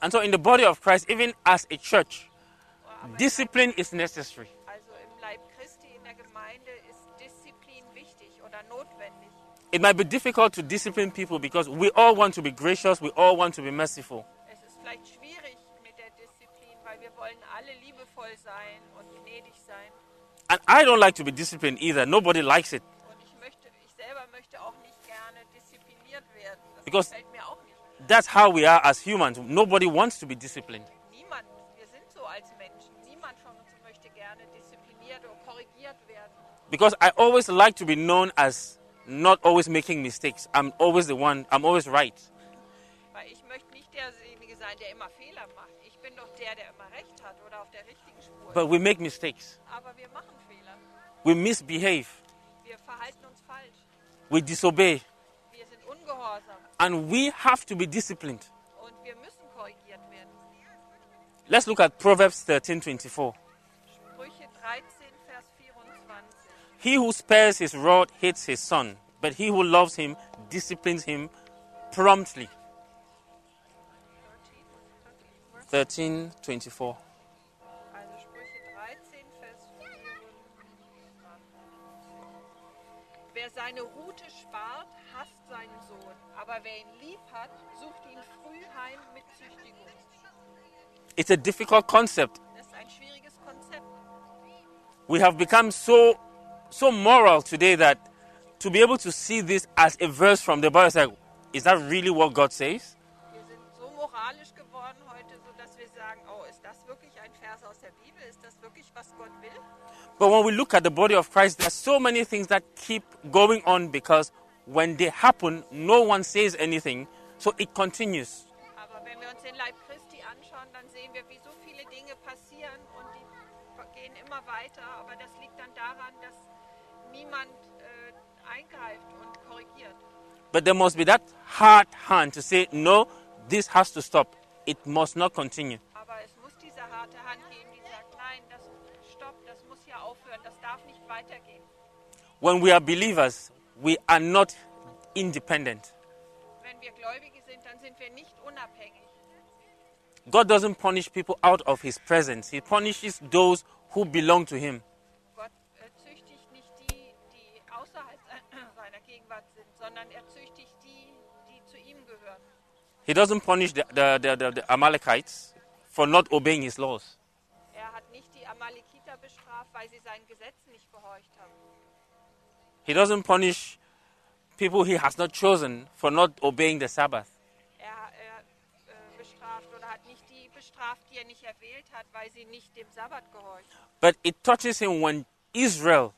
A: And so, in the body of Christ, even as a church,
B: Aber
A: discipline is necessary.
B: also im Leib Christi, in der Gemeinde ist Disziplin wichtig oder notwendig.
A: It might be difficult to discipline people because we all want to be gracious, we all want to be merciful.
B: Es ist vielleicht schwierig mit der Disziplin, weil wir wollen alle liebevoll sein und gnädig sein.
A: And I don't like to be disciplined either. Nobody likes it.
B: Und ich möchte, ich selber möchte auch nicht gerne diszipliniert werden. Das
A: Because-
B: gefällt mir auch nicht.
A: That's how we are as humans. Nobody wants to be disciplined.
B: Niemand, wir sind so als Menschen. Niemand von uns möchte gerne diszipliniert oder korrigiert werden.
A: Because I always like to be known as not always making mistakes. I'm always the one, I'm always right.
B: Weil ich möchte nicht derjenige sein, der immer Fehler macht. Ich bin doch der, der immer recht hat oder auf der richtigen Spur.
A: But we make mistakes.
B: Aber wir machen Fehler.
A: We misbehave.
B: Wir verhalten uns falsch.
A: We disobey.
B: Wir sind ungehorsam
A: And we have to be disciplined.
B: und wir müssen korrigiert werden.
A: Let's look at Proverbs 13 24.
B: Sprüche 13, Vers 24.
A: He who spares his rod hates his son, but he who loves him disciplines him promptly.
B: 13, 13 Vers
A: 13 24.
B: Also Sprüche 13, Vers 24. Wer seine Rute spart, hasst seinen Sohn, aber wer ihn lieb hat, sucht ihn früh heim mit Züchtigung.
A: It's a difficult concept.
B: Das ist ein schwieriges Konzept.
A: We have become so so moral today that to be able to see this as a verse from the Bible is like, is that really what God says?
B: Wir sind so moralisch geworden heute, so dass wir sagen, oh, ist das wirklich ein Vers aus der Bibel? Ist das wirklich, was Gott will?
A: But when we look at the body of Christ, there are so many things that keep going on because when they happen, no one says anything, so it continues.
B: Aber wenn wir uns den Leib Christi anschauen, dann sehen wir, wie so viele Dinge passieren und die gehen immer weiter. Aber das liegt dann daran, dass niemand äh, eingreift und korrigiert.
A: But there must be that hard hand to say, no, this has to stop. It must not continue.
B: Aber es muss diese harte Hand geben, die sagt, nein, das stopp, das muss hier aufhören, das darf nicht weitergehen.
A: When we are believers, we are not independent.
B: Wenn wir Gläubige sind, dann sind wir nicht unabhängig.
A: God doesn't punish people out of his presence, he punishes those who belong to him.
B: Gott äh, züchtigt nicht die, die außerhalb seiner Gegenwart sind, sondern er züchtigt die, die zu ihm gehören.
A: He doesn't punish the, the, the, the, the Amalekites for not obeying his laws.
B: Er hat nicht die Amalekiter bestraft, weil sie seinen Gesetzen nicht gehorcht haben.
A: He doesn't punish people he has not chosen for not obeying the Sabbath.
B: Er, er äh, bestraft oder hat nicht die bestraft, die er nicht erwählt hat, weil sie nicht dem Sabbat gehorcht. haben.
A: But it touches him when Israel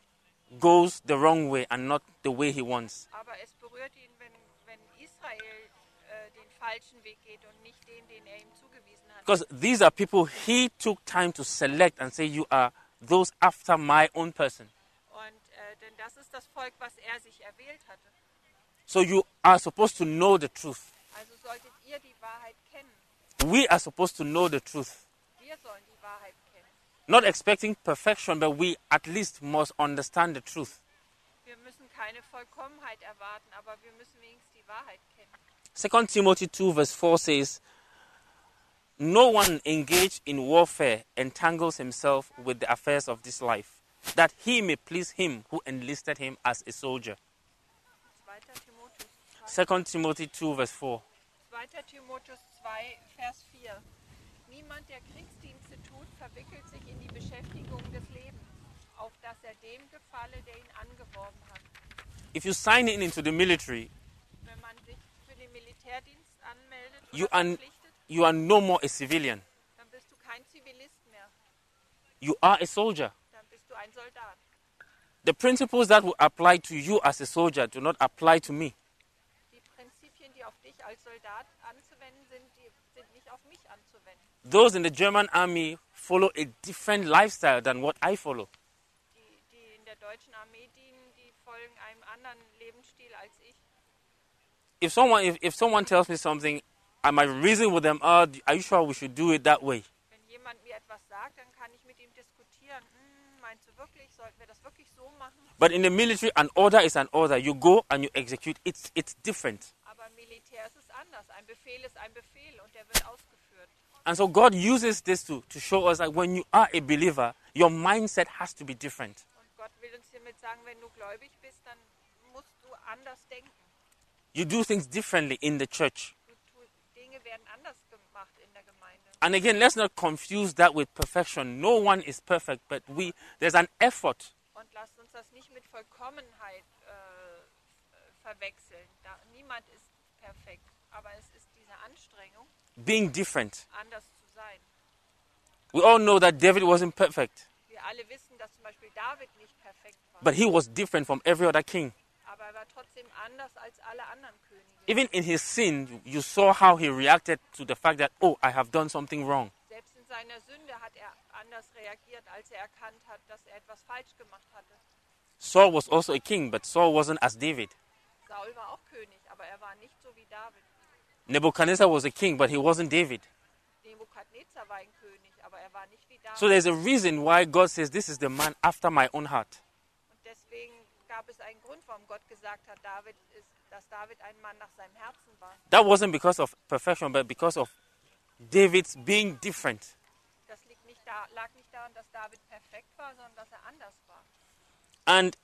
A: goes the wrong way and not the way he wants.
B: Aber es berührt ihn, wenn, wenn Israel äh, den falschen Weg geht und nicht den, den er ihm zugewiesen hat.
A: Because these are people he took time to select and say, You are those after my own person.
B: Und äh, denn das ist das Volk, was er sich erwählt hatte.
A: So you are supposed to know the truth.
B: Also solltet ihr die Wahrheit kennen.
A: We are supposed to know the truth.
B: Wir sollen die Wahrheit kennen.
A: Not expecting perfection, but we at least must understand the truth.
B: Wir müssen keine Vollkommenheit erwarten, aber wir müssen wenigstens die Wahrheit kennen.
A: 2 Timothy 2, verse 4 says, No one engaged in warfare entangles himself with the affairs of this life, that he may please him who enlisted him as a soldier.
B: 2. Timotheus 2.
A: 2 Timothy 2, verse 4.
B: 2. Timotheus 2, Vers 4. Niemand, der Kriegsdienste tut, verwickelt sich in die Beschäftigung des Lebens, auf dass er dem gefalle, der ihn angeworben hat.
A: If you sign in into the military,
B: Wenn man sich für den Militärdienst anmeldet
A: you
B: oder
A: are, n-
B: verpflichtet,
A: you are no more a civilian.
B: dann bist du kein Zivilist mehr,
A: You are a soldier.
B: dann bist du ein Soldat.
A: The principles that will apply to you as a soldier do not apply to me.
B: Die Prinzipien, die auf dich als Soldat anzuwenden sind, die sind nicht auf mich anzuwenden.
A: Those in the German army follow a different lifestyle than what I follow.
B: Die, die in der deutschen Armee dienen, die folgen einem anderen Lebensstil als ich.
A: if someone if, if someone tells me something, I might reason with them. Uh, are you sure we should do it that way?
B: Wenn jemand mir etwas sagt, dann kann ich mit ihm diskutieren. Hm, meinst du wirklich, sollten wir das wirklich so machen?
A: But in the military, an order is an order. You go and you execute. It's it's different.
B: Aber im Militär ist es anders. Ein Befehl ist ein Befehl und der wird ausgeführt.
A: And so God uses this to to show us that when you are a believer, your mindset has to be different.
B: Und Gott will uns hiermit sagen, wenn du gläubig bist, dann musst du anders denken.
A: You do things differently in the church.
B: Du, tu, Dinge werden anders gemacht in der Gemeinde.
A: And again, let's not confuse that with perfection. No one is perfect, but we there's an effort.
B: Und lasst uns das nicht mit Vollkommenheit äh, äh, verwechseln. Da, niemand ist perfekt. Aber es ist diese Anstrengung,
A: Being different.
B: anders zu sein.
A: We all know that David wasn't perfect.
B: Wir alle wissen, dass zum Beispiel David nicht perfekt war.
A: But he was different from every other king.
B: Aber er war trotzdem anders als alle anderen Könige.
A: Even in his sin, you saw how he reacted to the fact that, oh, I have done something wrong.
B: Selbst in seiner Sünde hat er anders reagiert, als er erkannt hat, dass er etwas falsch gemacht hatte.
A: Saul was also a king, but Saul wasn't as David.
B: Saul war auch König, aber er war nicht so wie David.
A: Nebuchadnezzar was a king, but he wasn't David.
B: Nebukadnezar war ein König, aber er war nicht wie David.
A: So there's a reason why God says, This is the man after my own heart.
B: Und deswegen gab es einen Grund, warum Gott gesagt hat, David ist, dass David ein Mann nach seinem Herzen war.
A: That wasn't because of perfection, but because of David's being different.
B: Das liegt nicht da, lag nicht daran, dass David perfekt war, sondern dass er anders war.
A: And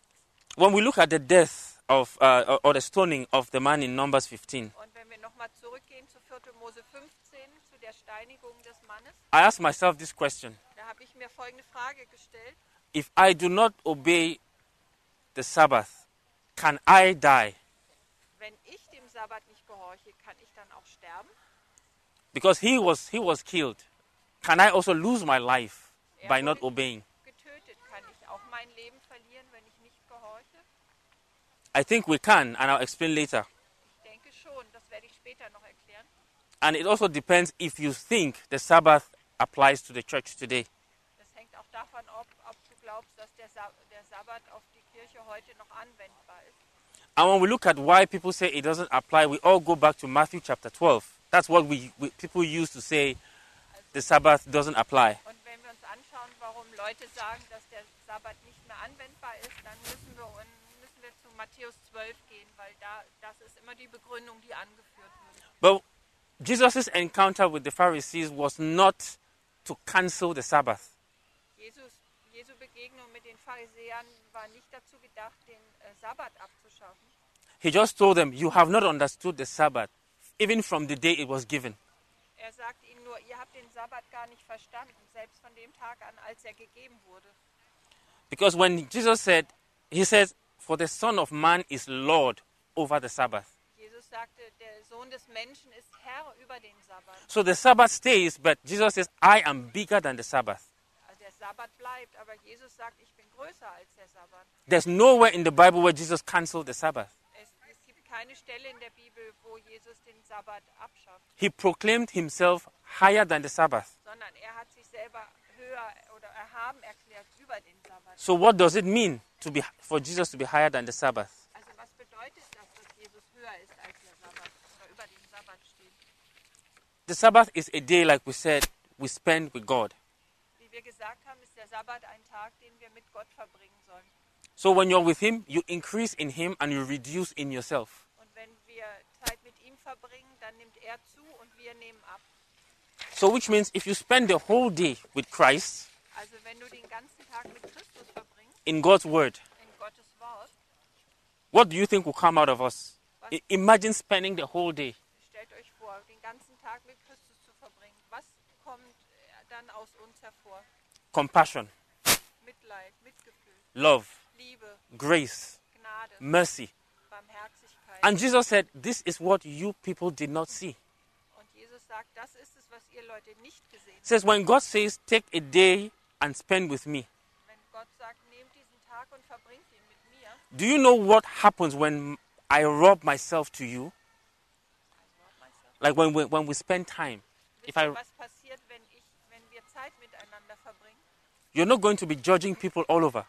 A: when we look at the death of, uh, or- or the stoning of the man in Numbers 15,
B: Und wenn wir nochmal zurückgehen zu 4. Mose 15, zu der Steinigung des Mannes,
A: I ask myself this question
B: da habe ich mir folgende Frage gestellt.
A: If I do not obey the Sabbath, can I die?
B: Wenn ich dem Sabbat nicht gehorche, kann ich dann auch sterben?
A: Because he was, he was killed. Can I also lose my life by not obeying?
B: Getötet kann ich auch mein Leben verlieren, wenn ich nicht gehorche?
A: I think we can, and I'll explain later.
B: Ich denke schon, das werde ich später noch erklären.
A: And it also depends if you think the Sabbath applies to the church today.
B: Das hängt auch davon ab, ob du glaubst, dass der, Sa der Sabbat auf die Kirche heute noch anwendbar ist.
A: And when we look at why people say it doesn't apply, we all go back to Matthew chapter 12. That's what we, we people use to say the Sabbath doesn't apply.
B: Und wenn wir uns anschauen, warum Leute sagen, dass der Sabbat nicht mehr anwendbar ist, dann müssen wir, un- müssen wir zu Matthäus 12 gehen, weil da, das ist immer die Begründung, die angeführt wird.
A: But Jesus' encounter with the Pharisees was not to cancel the Sabbath.
B: Jesus, Jesu Begegnung mit den Pharisäern war nicht dazu gedacht, den äh, Sabbat abzuschaffen.
A: He just told them, You have not understood the Sabbath, even from the day it was given.
B: Er sagt ihnen nur, ihr habt den Sabbat gar nicht verstanden, selbst von dem Tag an, als er gegeben wurde.
A: Because when Jesus said, He says, For the Son of Man is Lord over the Sabbath.
B: Jesus sagte, der Sohn des Menschen ist Herr über den Sabbat.
A: So the Sabbath stays, but Jesus says, I am bigger than the Sabbath.
B: Also der Sabbat bleibt, aber Jesus sagt, ich bin größer als der Sabbat.
A: There's nowhere in the Bible where Jesus canceled the Sabbath.
B: Es, es gibt keine Stelle in der Bibel, wo Jesus den Sabbat abschafft,
A: He proclaimed himself higher than the Sabbath.
B: sondern er hat sich selber höher oder erhaben erklärt über den Sabbat.
A: So what does it mean to be for Jesus to be higher than the Sabbath?
B: Also was bedeutet das, dass Jesus höher ist als der Sabbat oder über den Sabbat steht?
A: The Sabbath is a day like we said we spend with God.
B: Wie wir gesagt haben, ist der Sabbat ein Tag, den wir mit Gott verbringen sollen.
A: So when you're with him, you increase in him and you reduce in yourself.
B: Und wenn wir Zeit mit ihm verbringen, dann nimmt er zu und wir nehmen ab.
A: So which means if you spend the whole day with Christ
B: Also wenn du den ganzen Tag mit Christus verbringst,
A: in God's word,
B: in Gottes Wort,
A: what do you think will come out of us? I- imagine spending the whole day.
B: stellt euch vor, den ganzen Tag mit Christus zu verbringen, was kommt äh, dann aus uns hervor?
A: Compassion,
B: Mitleid, Mitgefühl,
A: love,
B: Liebe,
A: grace,
B: Gnade,
A: mercy.
B: Barmherzigkeit.
A: And Jesus said, This is what you people did not see.
B: Und Jesus sagt, das ist es, was ihr Leute nicht gesehen
A: says, When God says, Take a day and spend with me,
B: habt. Wenn Gott sagt, nehmt diesen Tag und verbringt ihn mit mir,
A: do you know what happens when I rob myself to you? Like when we, when we spend time. If
B: wisst
A: I,
B: ihr, was passiert, wenn, ich, wenn wir Zeit miteinander verbringen?
A: you're not going to be judging people all over.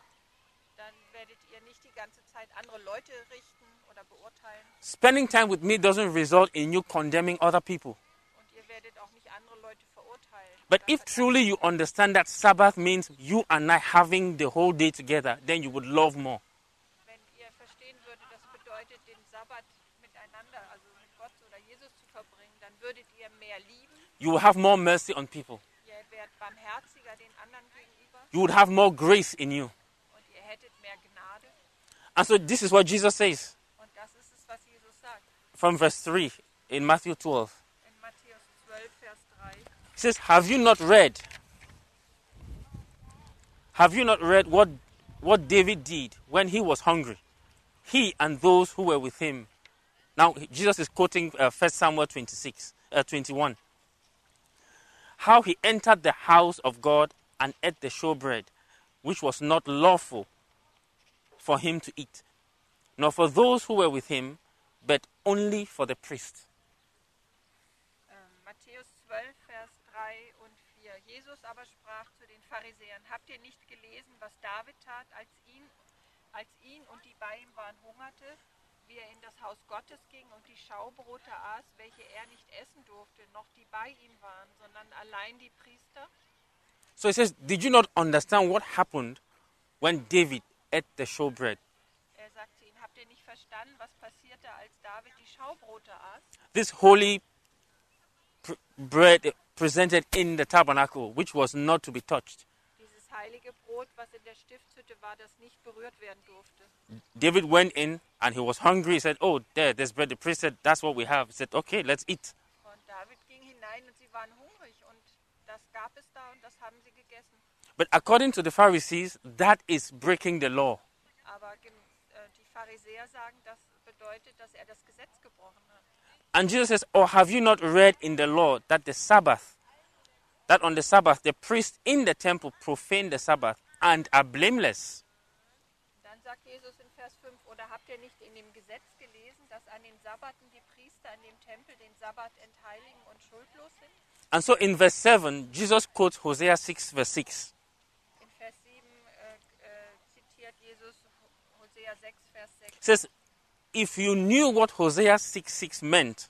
B: Dann werdet ihr nicht die ganze Zeit andere Leute richten oder beurteilen.
A: Spending time with me doesn't result in you condemning other people.
B: Und ihr werdet auch nicht andere Leute verurteilen.
A: But
B: oder
A: if truly you understand that Sabbath means you and I having the whole day together, then you would love more.
B: wenn ihr verstehen würdet, das bedeutet, den Sabbat miteinander, also mit Gott oder Jesus zu verbringen, dann würdet ihr mehr lieben,
A: You will have more mercy on people.
B: ihr wärt barmherziger den anderen gegenüber
A: You would have more grace in you.
B: und ihr hättet mehr Gnade.
A: And so this is what Jesus says
B: Und das ist es, was Jesus sagt.
A: from verse 3 in Matthew 12.
B: In Matthäus 12, Vers 3.
A: He says, Have you not read? Have you not read what, what David did when he was hungry? He and those who were with him. Now, Jesus is quoting uh, 1 Samuel 26, uh, 21. How he entered the house of God and ate the showbread, which was not lawful for him to eat, nor for those who were with him, but only for the priest.
B: Ähm, Matthäus 12, Vers 3 und 4. Jesus aber sprach zu den Pharisäern, habt ihr nicht gelesen, was David tat, als ihn, als ihn und die bei ihm waren hungerte, wie er in das Haus Gottes ging und die Schaubrote aß, welche er nicht essen durfte, noch die bei ihm waren, sondern allein die Priester?
A: So he says, Did you not understand what happened when David ate the showbread?
B: Er sagt zu ihnen, habt ihr nicht verstanden, was passierte, als David die Schaubrote aß?
A: This holy pr- bread presented in the tabernacle, which was not to be touched.
B: Dieses heilige Brot, was in der Stiftshütte war, das nicht berührt werden durfte.
A: David went in and he was hungry. He said, Oh, there, there's bread. The priest said, That's what we have. He said, Okay, let's eat.
B: Und David ging hinein und sie waren hungrig und das gab es da und das haben sie gegessen.
A: But according to the Pharisees, that is breaking the law.
B: Aber gem- äh, die Pharisäer sagen, das bedeutet, dass er das Gesetz gebrochen hat.
A: And Jesus says, Or have you not read in the law that the Sabbath, that on the Sabbath the priests in the temple profane the Sabbath and are blameless?
B: Dann sagt Jesus in Vers 5, oder habt ihr nicht in dem Gesetz gelesen, dass an den Sabbaten die Priester an dem Tempel den Sabbat entheiligen und schuldlos sind?
A: And so in verse 7, Jesus quotes Hosea 6, verse 6.
B: In Vers 7 äh, äh, zitiert Jesus Hosea 6, Vers 6.
A: It says, If you knew what Hosea 6, 6 meant,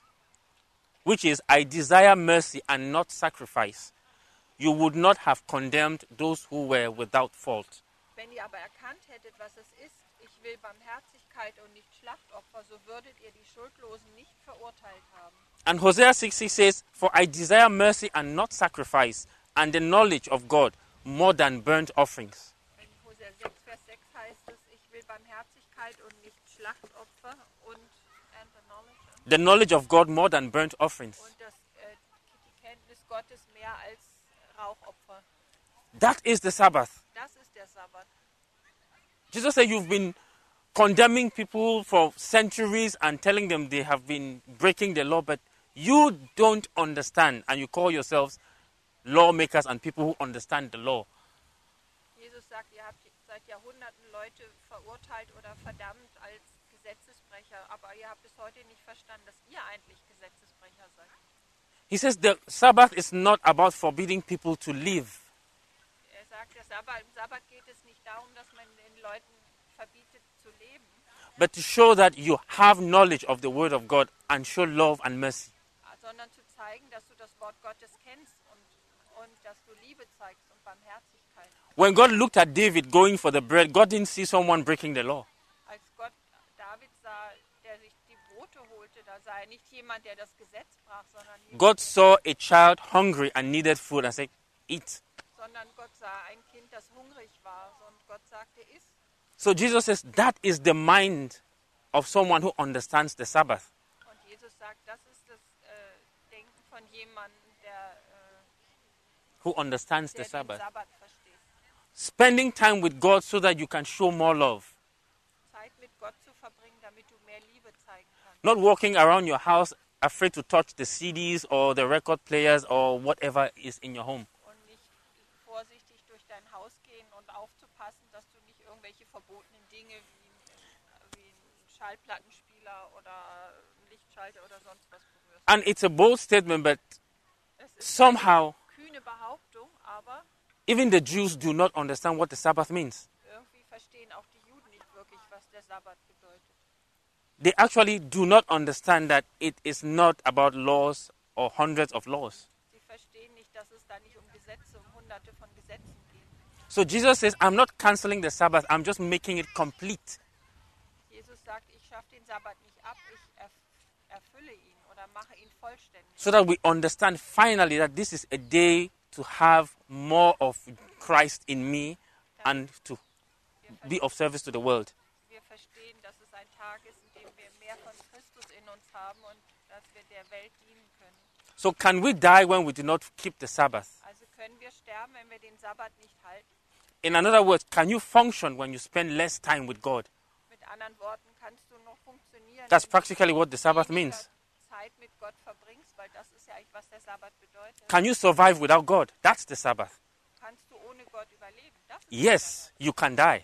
A: which is, I desire mercy and not sacrifice, you would not have condemned those who were without fault.
B: Wenn ihr aber erkannt hättet, was es ist, ich will Barmherzigkeit und nicht Schlachtopfer, so würdet ihr die Schuldlosen nicht verurteilt haben.
A: And Hosea 6 6 says, For I desire mercy and not sacrifice, and the knowledge of God more than burnt offerings.
B: In Hosea 6, Vers 6 heißt es, ich will Barmherzigkeit und nicht Schlachtopfer und, and the knowledge,
A: The knowledge of God more than burnt offerings.
B: und das, äh, die Kenntnis Gottes mehr als Rauchopfer.
A: That is the Sabbath.
B: Das ist der Sabbat.
A: Jesus said, You've been condemning people for centuries and telling them they have been breaking the law, but you don't understand, and you call yourselves lawmakers and people who understand the law.
B: Jesus sagt, ihr habt seit Jahrhunderten Leute verurteilt oder verdammt als Gesetzesbrecher, aber ihr habt bis heute nicht verstanden, dass ihr eigentlich Gesetzesbrecher seid.
A: He says, The Sabbath is not about forbidding people to live,
B: Er sagt, der Sabbat, im Sabbat geht es nicht darum, dass man den Leuten verbietet zu leben,
A: but to show that you have knowledge of the Word of God and show love and mercy.
B: ah, sondern zu zeigen, dass du das Wort Gottes kennst und, und dass du Liebe zeigst und Barmherzigkeit.
A: When God looked at David going for the bread, God didn't see someone breaking the law.
B: Als Gott David sah, der sich die Brote holte, da sah er nicht jemand, der das Gesetz brach, sondern jemand,
A: God saw a child hungry and needed food and said, Eat.
B: sondern Gott sah ein Kind, das hungrig war. Und Gott sagte, iss.
A: So Jesus says, That is the mind of someone who understands the Sabbath.
B: Und Jesus sagt, das ist das äh, Denken von jemandem, der, äh,
A: Who understands
B: der
A: the
B: den
A: Sabbath.
B: Sabbat versteht.
A: Spending time with God so that you can show more love.
B: Zeit mit Gott zu verbringen, damit du mehr Liebe zeigen kannst.
A: Not walking around your house afraid to touch the CDs or the record players or whatever is in your home.
B: Und nicht vorsichtig durch dein Haus gehen und aufzupassen, dass du nicht irgendwelche verbotenen Dinge wie, wie einen Schallplattenspieler oder einen Lichtschalter oder sonst was berührst.
A: And it's a bold statement, but
B: Es ist eine
A: somehow
B: kühne Behauptung, aber
A: even the Jews do not understand what the Sabbath means.
B: irgendwie verstehen auch die Juden nicht wirklich, was der Sabbat bedeutet.
A: they actually do not understand that it is not about laws or hundreds of laws.
B: Sie verstehen nicht, dass es da nicht um Gesetze, um hunderte von Gesetzen geht.
A: So Jesus says, I'm not canceling the Sabbath, I'm just making it complete.
B: Jesus sagt, ich schaffe den Sabbat nicht ab, ich erf erfülle ihn oder mache ihn vollständig,
A: So that we understand finally that this is a day to have more of Christ in me and to be of service to the world.
B: Wir verstehen, dass es ein Tag ist, in dem wir mehr von Christus in uns haben und dass wir der Welt dienen können.
A: So, can we die when we do not keep the Sabbath?
B: Also können wir sterben, wenn wir den Sabbat nicht halten.
A: In another word, can you function when you spend less time with God?
B: Mit anderen Worten, kannst du noch funktionieren.
A: That's
B: wenn du
A: practically what the Sabbath
B: weniger
A: means.
B: Zeit mit Gott verbringst, weil das ist ja eigentlich, was der Sabbat bedeutet.
A: Can you survive without God? That's the Sabbath.
B: Kannst du ohne Gott überleben? Das ist der
A: Yes, you can die.
B: Sabbat.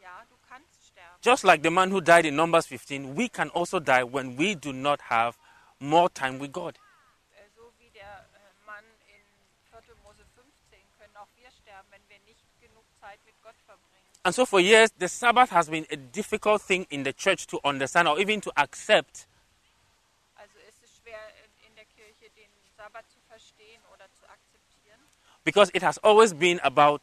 B: Ja, du kannst sterben.
A: Just like the man who died in Numbers 15, we can also die when we do not have more time with God.
B: Äh, So wie der äh, Mann in 4. Mose 15 können auch wir sterben, wenn wir nicht genug Zeit mit Gott verbringen.
A: And so for years, the Sabbath has been a difficult thing in the church to understand or even to accept
B: Also es ist schwer in- in der Kirche den Sabbat zu verstehen oder zu akzeptieren,
A: because it has always been about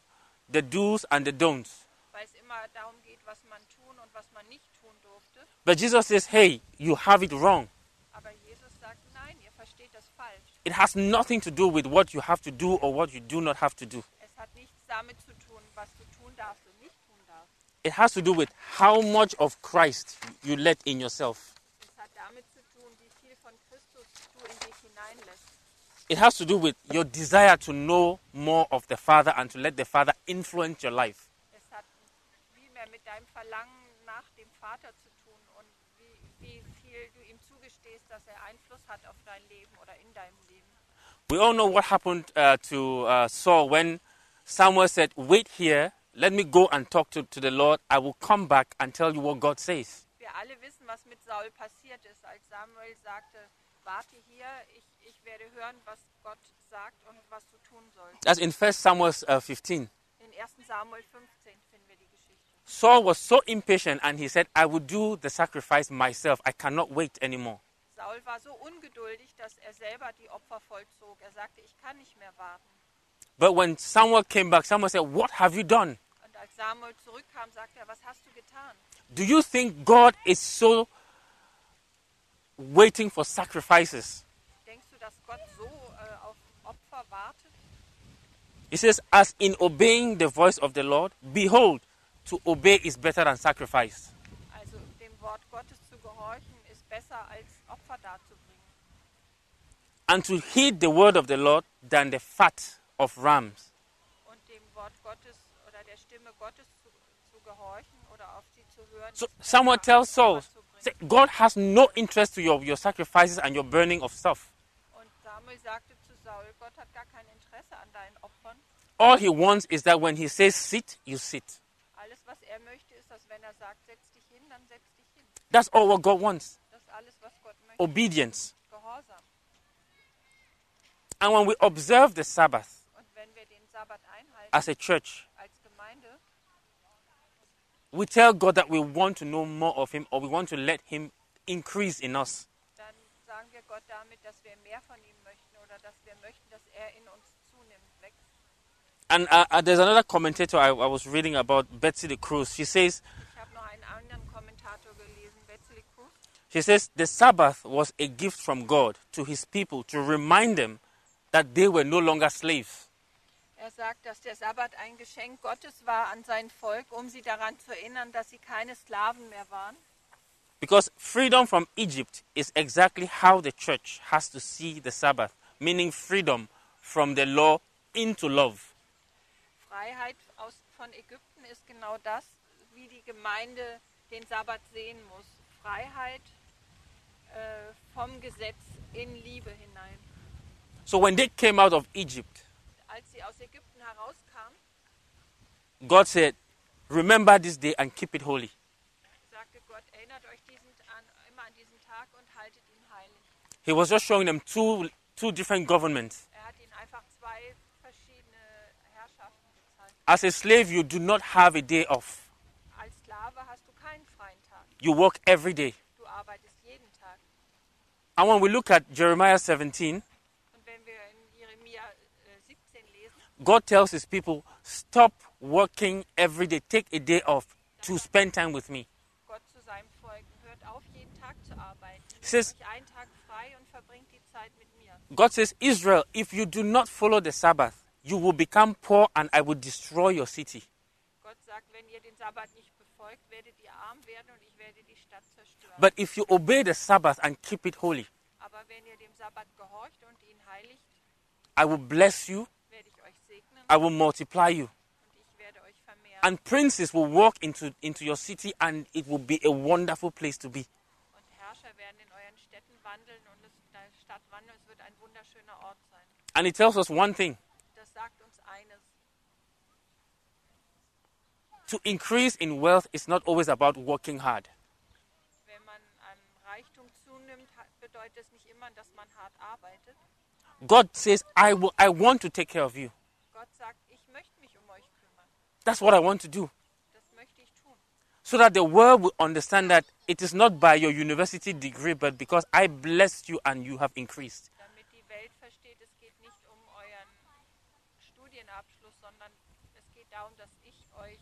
A: the do's and the don'ts.
B: weil es immer darum geht, was man tun und was man nicht tun durfte.
A: But Jesus says, hey, you have it wrong.
B: Aber Jesus sagt, nein, ihr versteht das falsch.
A: It has nothing to do with what you have to do or what you do not have to do.
B: Es hat nichts damit zu tun, was du tun darfst und nicht tun darfst.
A: It has to do with how much of Christ you let in yourself.
B: Es hat damit zu tun, wie viel von Christus du in dich hineinlässt.
A: It has to do with your desire to know more of the Father and to let the Father influence your life.
B: Es hat vielmehr mit deinem Verlangen nach dem Vater zu tun und wie, wie viel du ihm zugestehst, dass er Einfluss hat auf dein Leben oder in deinem Leben.
A: We all know what happened uh, to uh, Saul when Samuel said, Wait here, let me go and talk to, to the Lord. I will come back and tell you what God says.
B: Wir alle wissen, was mit Saul passiert ist, als Samuel sagte, warte hier, ich, ich werde hören, was Gott sagt und was du tun sollst.
A: That's in 1 Samuel uh, 15.
B: In 1 Samuel 15 finden wir die Geschichte.
A: Saul was so impatient and he said, I will do the sacrifice myself. I cannot wait anymore.
B: Saul war so ungeduldig, dass er selber die Opfer vollzog. Er sagte, ich kann nicht mehr warten.
A: But when Samuel came back, Samuel said, What have you done?
B: Und als Samuel zurückkam, sagte er, was hast du getan?
A: Do you think God is so waiting for sacrifices?
B: Denkst du, dass Gott so äh, auf Opfer wartet?
A: He says, As in obeying the voice of the Lord, behold, to obey is better than sacrifice.
B: Also dem Wort Gottes zu gehorchen ist besser als Opfer darzubringen.
A: and to heed the word of the Lord than the fat of rams.
B: Und dem Wort Gottes oder der Stimme Gottes zu, zu gehorchen oder auf sie zu hören.
A: So
B: ist
A: someone
B: besser,
A: tells
B: als
A: Saul,
B: Opfer zu bringen.
A: say, God has no interest to your, your sacrifices and your burning of stuff.
B: Und Samuel sagte zu Saul, Gott hat gar kein Interesse an deinen Opfern.
A: All he wants is that when he says sit, you sit.
B: Alles, was er möchte, ist, dass wenn er sagt, setz dich hin, dann setz dich hin.
A: That's all what God wants.
B: Das ist alles, was Gott möchte.
A: Obedience.
B: Gehorsam.
A: And when we observe the Sabbath
B: Und wenn wir den Sabbat einhalten
A: as a church,
B: als Gemeinde,
A: we tell God that we want to know more of him or we want to let him increase in us.
B: dann sagen wir Gott damit, dass wir mehr von ihm möchten oder dass wir möchten, dass er in uns zunimmt, wächst.
A: And uh, uh, there's another commentator I, I was reading about, Betsy de Cruz. She says,
B: Ich habe noch einen anderen Kommentator gelesen, Wesley Cruz.
A: He says the Sabbath was a gift from God to his people to remind them that they were no longer slaves.
B: Er sagt, dass der Sabbat ein Geschenk Gottes war an sein Volk, um sie daran zu erinnern, dass sie keine Sklaven mehr waren.
A: Because freedom from Egypt is exactly how the church has to see the Sabbath, meaning freedom from the law into love.
B: Freiheit aus, von Ägypten ist genau das, wie die Gemeinde den Sabbat sehen muss. Freiheit äh, vom Gesetz in Liebe hinein.
A: So when they came out of Egypt,
B: Als sie aus Ägypten herauskamen,
A: God said, Remember this day and keep it holy.
B: sagte Gott, erinnert euch diesen, an, immer an diesen Tag und haltet ihn heilig.
A: He was just showing them two, two different governments.
B: Er hat ihnen einfach zwei verschiedene Herrschaften gezeigt.
A: As a slave, you do not have a day off,
B: Als Sklave hast du keinen freien Tag.
A: you work every day.
B: Du arbeitest jeden Tag.
A: And when we look at Jeremiah 17,
B: Und wenn wir in Jeremia äh, 17 lesen,
A: God tells his people, stop working every day, take a day off to spend time with me.
B: Gott zu seinem Volk, hört auf, jeden Tag zu arbeiten.
A: Es
B: Nehmt
A: ist-
B: euch einen Tag frei und verbringt die Zeit mit mir.
A: God says, Israel, if you do not follow the Sabbath, you will become poor and I will destroy your city.
B: Gott sagt, wenn ihr den Sabbat nicht befolgt, werdet ihr arm werden und ich werde die Stadt zerstören.
A: But if you obey the Sabbath and keep it holy,
B: Aber wenn ihr dem Sabbat gehorcht und ihn heiligt,
A: I will bless you,
B: werde ich euch segnen
A: I will multiply you.
B: und ich werde euch vermehren.
A: And princes will walk into, into your city and it will be a wonderful place to be.
B: Und Herrscher werden in euren Städten wandeln und es, deine Stadt wandeln. Es wird ein wunderschöner Ort sein.
A: And it tells us one thing
B: Das sagt uns eines.
A: to increase in wealth is not always about working hard.
B: Wenn man an Reichtum zunimmt, ha- bedeutet es nicht immer, dass man hart arbeitet.
A: God says, I, will, I want to take care of you.
B: Gott sagt, ich möchte mich um euch kümmern.
A: That's what I want to do.
B: Das möchte ich tun.
A: So that the world will understand that it is not by your university degree, but because I blessed you and you have increased.
B: Damit die Welt versteht, es geht nicht um euren Studienabschluss, sondern es geht darum, dass ich euch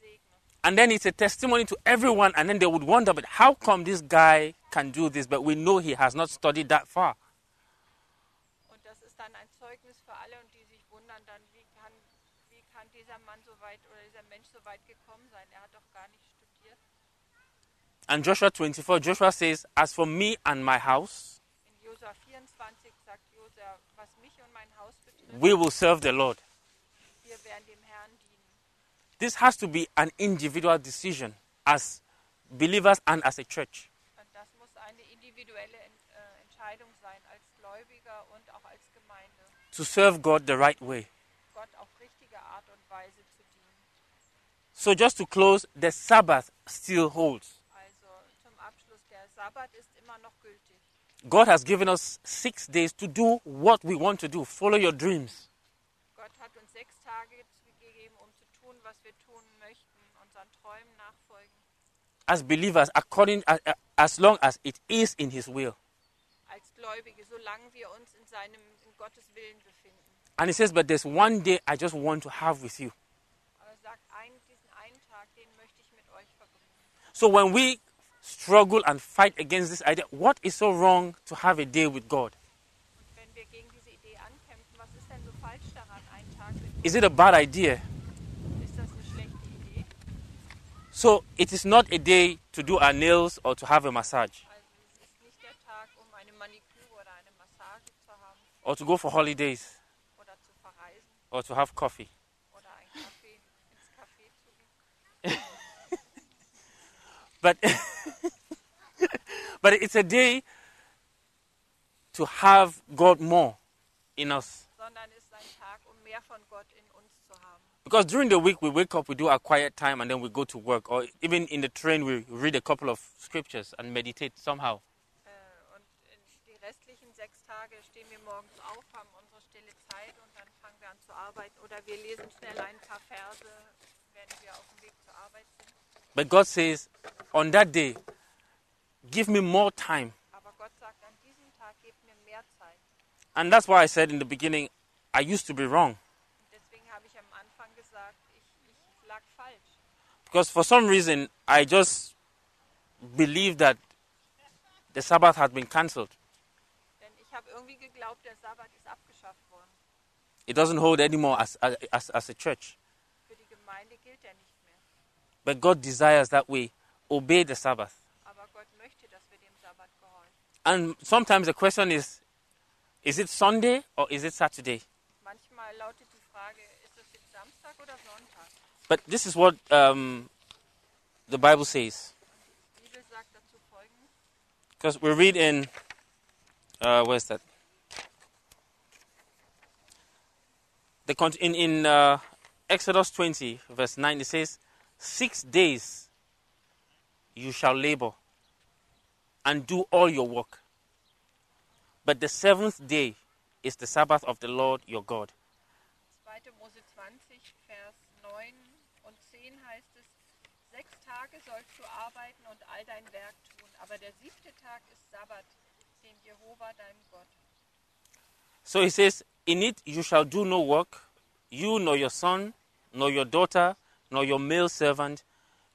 B: segne.
A: And then it's a testimony to everyone, and then they would wonder, but how come this guy can do this? But we know he has not studied that far.
B: Und das ist dann ein Zeugnis für alle und die sich wundern dann, wie kann, wie kann dieser Mann so weit oder dieser Mensch so weit gekommen sein? Er hat doch gar nicht studiert.
A: And Joshua 24, Joshua says, As for me and my house,
B: In Josua 24 sagt Josua, was mich und mein Haus betrifft,
A: we will serve the Lord.
B: wir werden dem Herrn dienen.
A: This has to be an individual decision as believers and as a church.
B: Und das muss eine individuelle Ent- äh, Entscheidung sein, als Gläubiger und auch als Gemeinde,
A: to serve God the right way.
B: Gott auf richtige Art und Weise zu dienen.
A: So, just to close, the Sabbath still holds.
B: Also zum Abschluss, der Sabbat ist immer noch gültig.
A: God has given us six days to do what we want to do. Follow your dreams.
B: Gott hat uns sechs Tage zu- gegeben, um zu tun, was wir tun möchten, unseren Träumen nachfolgen.
A: As believers, according a- a- as long as it is in His will.
B: Als Gläubige, solange wir uns in seinem, in Gottes Willen befinden.
A: And He says, But there's one day I just want to have with you.
B: Aber er sagt, einen, diesen einen Tag, den möchte ich mit euch verbringen.
A: So, when we struggle and fight against this idea, what is so wrong to have a day with God?
B: Und wenn wir gegen diese Idee ankämpfen, was ist denn so falsch daran, einen Tag mit
A: Is it a bad idea?
B: Gott? Ist das eine schlechte Idee?
A: So, it is not a day to do our nails or to have a massage
B: Also es ist nicht der Tag, um eine Maniküre oder eine Massage zu haben
A: or to go for holidays
B: oder zu verreisen
A: or to have coffee.
B: oder einen Kaffee ins Café zu gehen.
A: But but it's a day to have God more in us.
B: sondern ist ein Tag, um mehr von Gott in uns zu haben.
A: Because during the week we wake up, we do our quiet time and then we go to work. Or even in the train we read a couple of scriptures and meditate somehow.
B: Äh, Und in die restlichen sechs Tage stehen wir morgens auf, haben unsere stille Zeit und dann fangen wir an zu arbeiten. Oder wir lesen schnell ein paar Verse, wenn wir auf dem Weg zur Arbeit sind.
A: But God says, on that day, give me more time.
B: Aber Gott sagt, an diesem Tag gebt mir mehr Zeit.
A: And that's why I said in the beginning, I used to be wrong.
B: Und deswegen habe ich am Anfang gesagt, ich, ich lag falsch.
A: Because for some reason I just believed that the Sabbath had been cancelled.
B: Denn ich habe irgendwie geglaubt, der Sabbat ist abgeschafft worden.
A: It doesn't hold anymore as, as, as a church.
B: Für die Gemeinde gilt er nicht mehr.
A: But God desires that we obey the Sabbath.
B: Aber Gott möchte, dass wir dem Sabbat gehorchen.
A: And sometimes the question is is it Sunday or is it Saturday?
B: Manchmal lautet die Frage, ist es jetzt Samstag oder Sonntag?
A: But this is what um, the Bible says.
B: Die Bibel sagt dazu folgendes.
A: Because we read in, uh, where's that? The con- in in uh, Exodus 20, verse 9, it says, Six days you shall labor and do all your work. But the seventh day is the Sabbath of the Lord your God.
B: 2. Mose 20, Vers 9 und 10 heißt es, sechs Tage sollst du arbeiten und all dein Werk tun, aber der siebte Tag ist Sabbat, den Jehova dein Gott.
A: So he says, In it you shall do no work, you nor your son, nor your daughter, nor your male servant,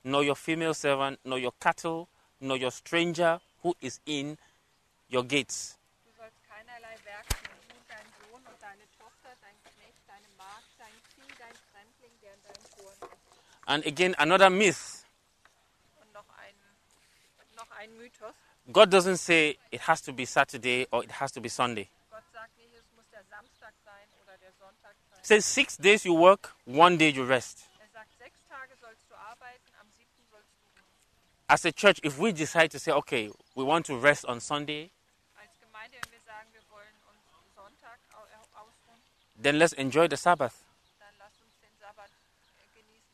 A: nor your female servant, nor your cattle, nor your stranger who is in your gates.
B: Du sollst keinerlei Werk tun, du, dein Sohn und deine Tochter, dein Knecht, deine Magd, dein Vieh, dein Fremdling, der in deinen Toren ist.
A: And again, another myth
B: Und noch ein, noch ein Mythos.
A: God doesn't say it has to be Saturday or it has to be Sunday.
B: Gott sagt nicht, es muss der Samstag sein oder der Sonntag sein.
A: It says, Six days you work, one day you rest.
B: Er sagt, sechs Tage sollst du arbeiten, am siebten sollst du ruhen.
A: As a church, if we decide to say, okay, we want to rest on Sunday,
B: Als Gemeinde, wenn wir sagen, wir wollen uns Sonntag au- au- ausruhen,
A: then let's enjoy the Sabbath.
B: dann lass uns den Sabbat äh, genießen.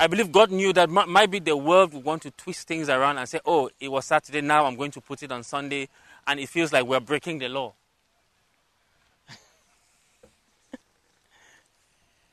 A: I believe God knew that mi- might be the world would want to twist things around and say, oh, it was Saturday, now I'm going to put it on Sunday, and it feels like we're breaking the law.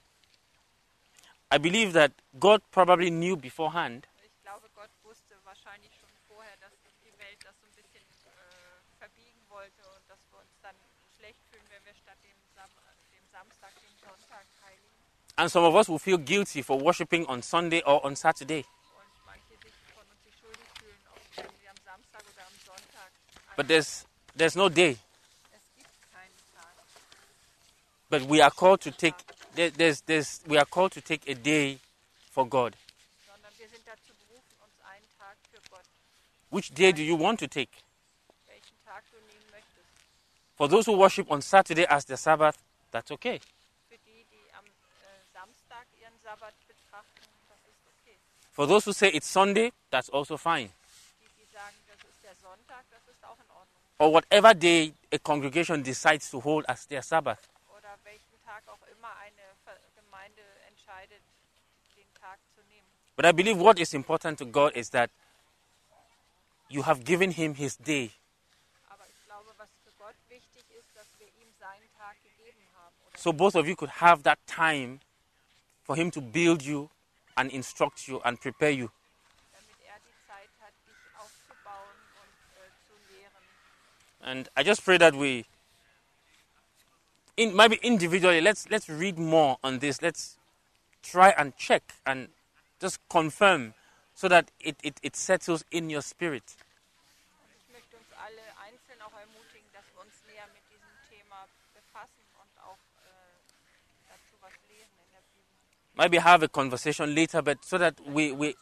A: I believe that God probably knew beforehand
B: Ich glaube, Gott wusste wahrscheinlich schon vorher, dass die Welt das so ein bisschen äh, verbiegen wollte und dass wir uns dann schlecht fühlen, wenn wir statt dem, Sam dem Samstag den Sonntag heiligen
A: And some of us will feel guilty for worshiping on Sunday or on Saturday.
B: und manche sich von uns sich schuldig fühlen, ob wenn sie am Samstag oder am Sonntag.
A: But there's, there's no day.
B: Es gibt keinen Tag.
A: But we are called to take there, there's, there's, we are called to take a day for God.
B: sondern wir sind dazu berufen, uns einen Tag für Gott,
A: Which day do you want to take?
B: welchen Tag du nehmen möchtest.
A: For those who worship on Saturday as the Sabbath, that's okay.
B: Für die, die am äh, Samstag ihren Sabbat betrachten, das ist okay.
A: For those who say it's Sunday, that's also fine.
B: Die, die sagen, das ist der Sonntag, das ist auch in Ordnung.
A: Or whatever day a congregation decides to hold as their Sabbath.
B: Oder welchen Tag auch immer eine Ver- Gemeinde entscheidet, den Tag zu nehmen.
A: But I believe what is important to God is that you have given him his day
B: Aber ich glaube, was für Gott wichtig ist, dass wir ihm seinen Tag gegeben haben. Oder
A: So both of you could have that time for him to build you and instruct you and prepare you.
B: damit er die Zeit hat, dich aufzubauen und äh, zu lehren.
A: And I just pray that we in maybe individually let's let's read more on this. Let's try and check and just confirm so that it, it, it settles in your spirit.
B: Ich möchte uns alle einzeln auch ermutigen, dass wir uns näher mit diesem Thema befassen und auch äh, dazu was lesen in der Bibel.
A: Maybe have a conversation later, but so that we, we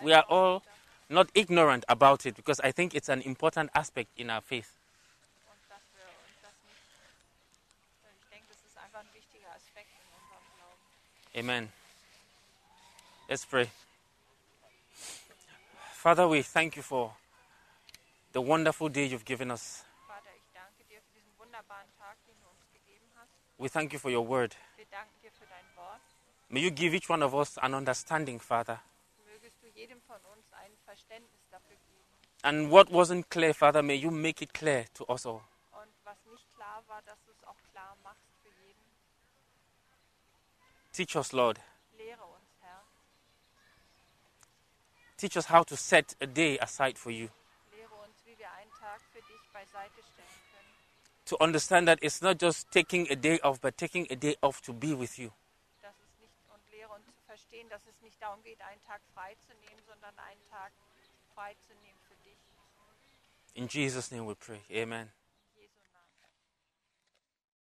B: Darüber unterhalten
A: we are
B: uns
A: all
B: wieder
A: not ignorant about it because I think it's an important aspect in our faith.
B: Und dass wir uns das nicht. Ich denke, das ist einfach ein wichtiger Aspekt in unserem Glauben.
A: Amen. Let's pray. Father, we thank you for the wonderful day you've given us.
B: Vater, ich danke dir für diesen wunderbaren Tag, den du uns gegeben hast.
A: We thank you for your word.
B: Wir danken dir für dein Wort.
A: May you give each one of us an understanding, Father.
B: Mögest du jedem von uns ein Verständnis dafür geben.
A: And what wasn't clear, Father, may you make it clear to us all.
B: Und was nicht klar war, dass du es auch klar machst für jeden.
A: Teach us, Lord.
B: Lehre uns, Herr.
A: Teach us how to set a day aside for you.
B: Lehre uns, wie wir einen Tag für dich beiseite stellen können.
A: To understand that it's not just taking a day off, but taking a day off to be with you.
B: Dass es nicht, und lehre uns zu verstehen, dass es nicht darum geht, einen Tag freizunehmen, sondern einen Tag freizunehmen für dich.
A: In Jesus' name we pray. Amen.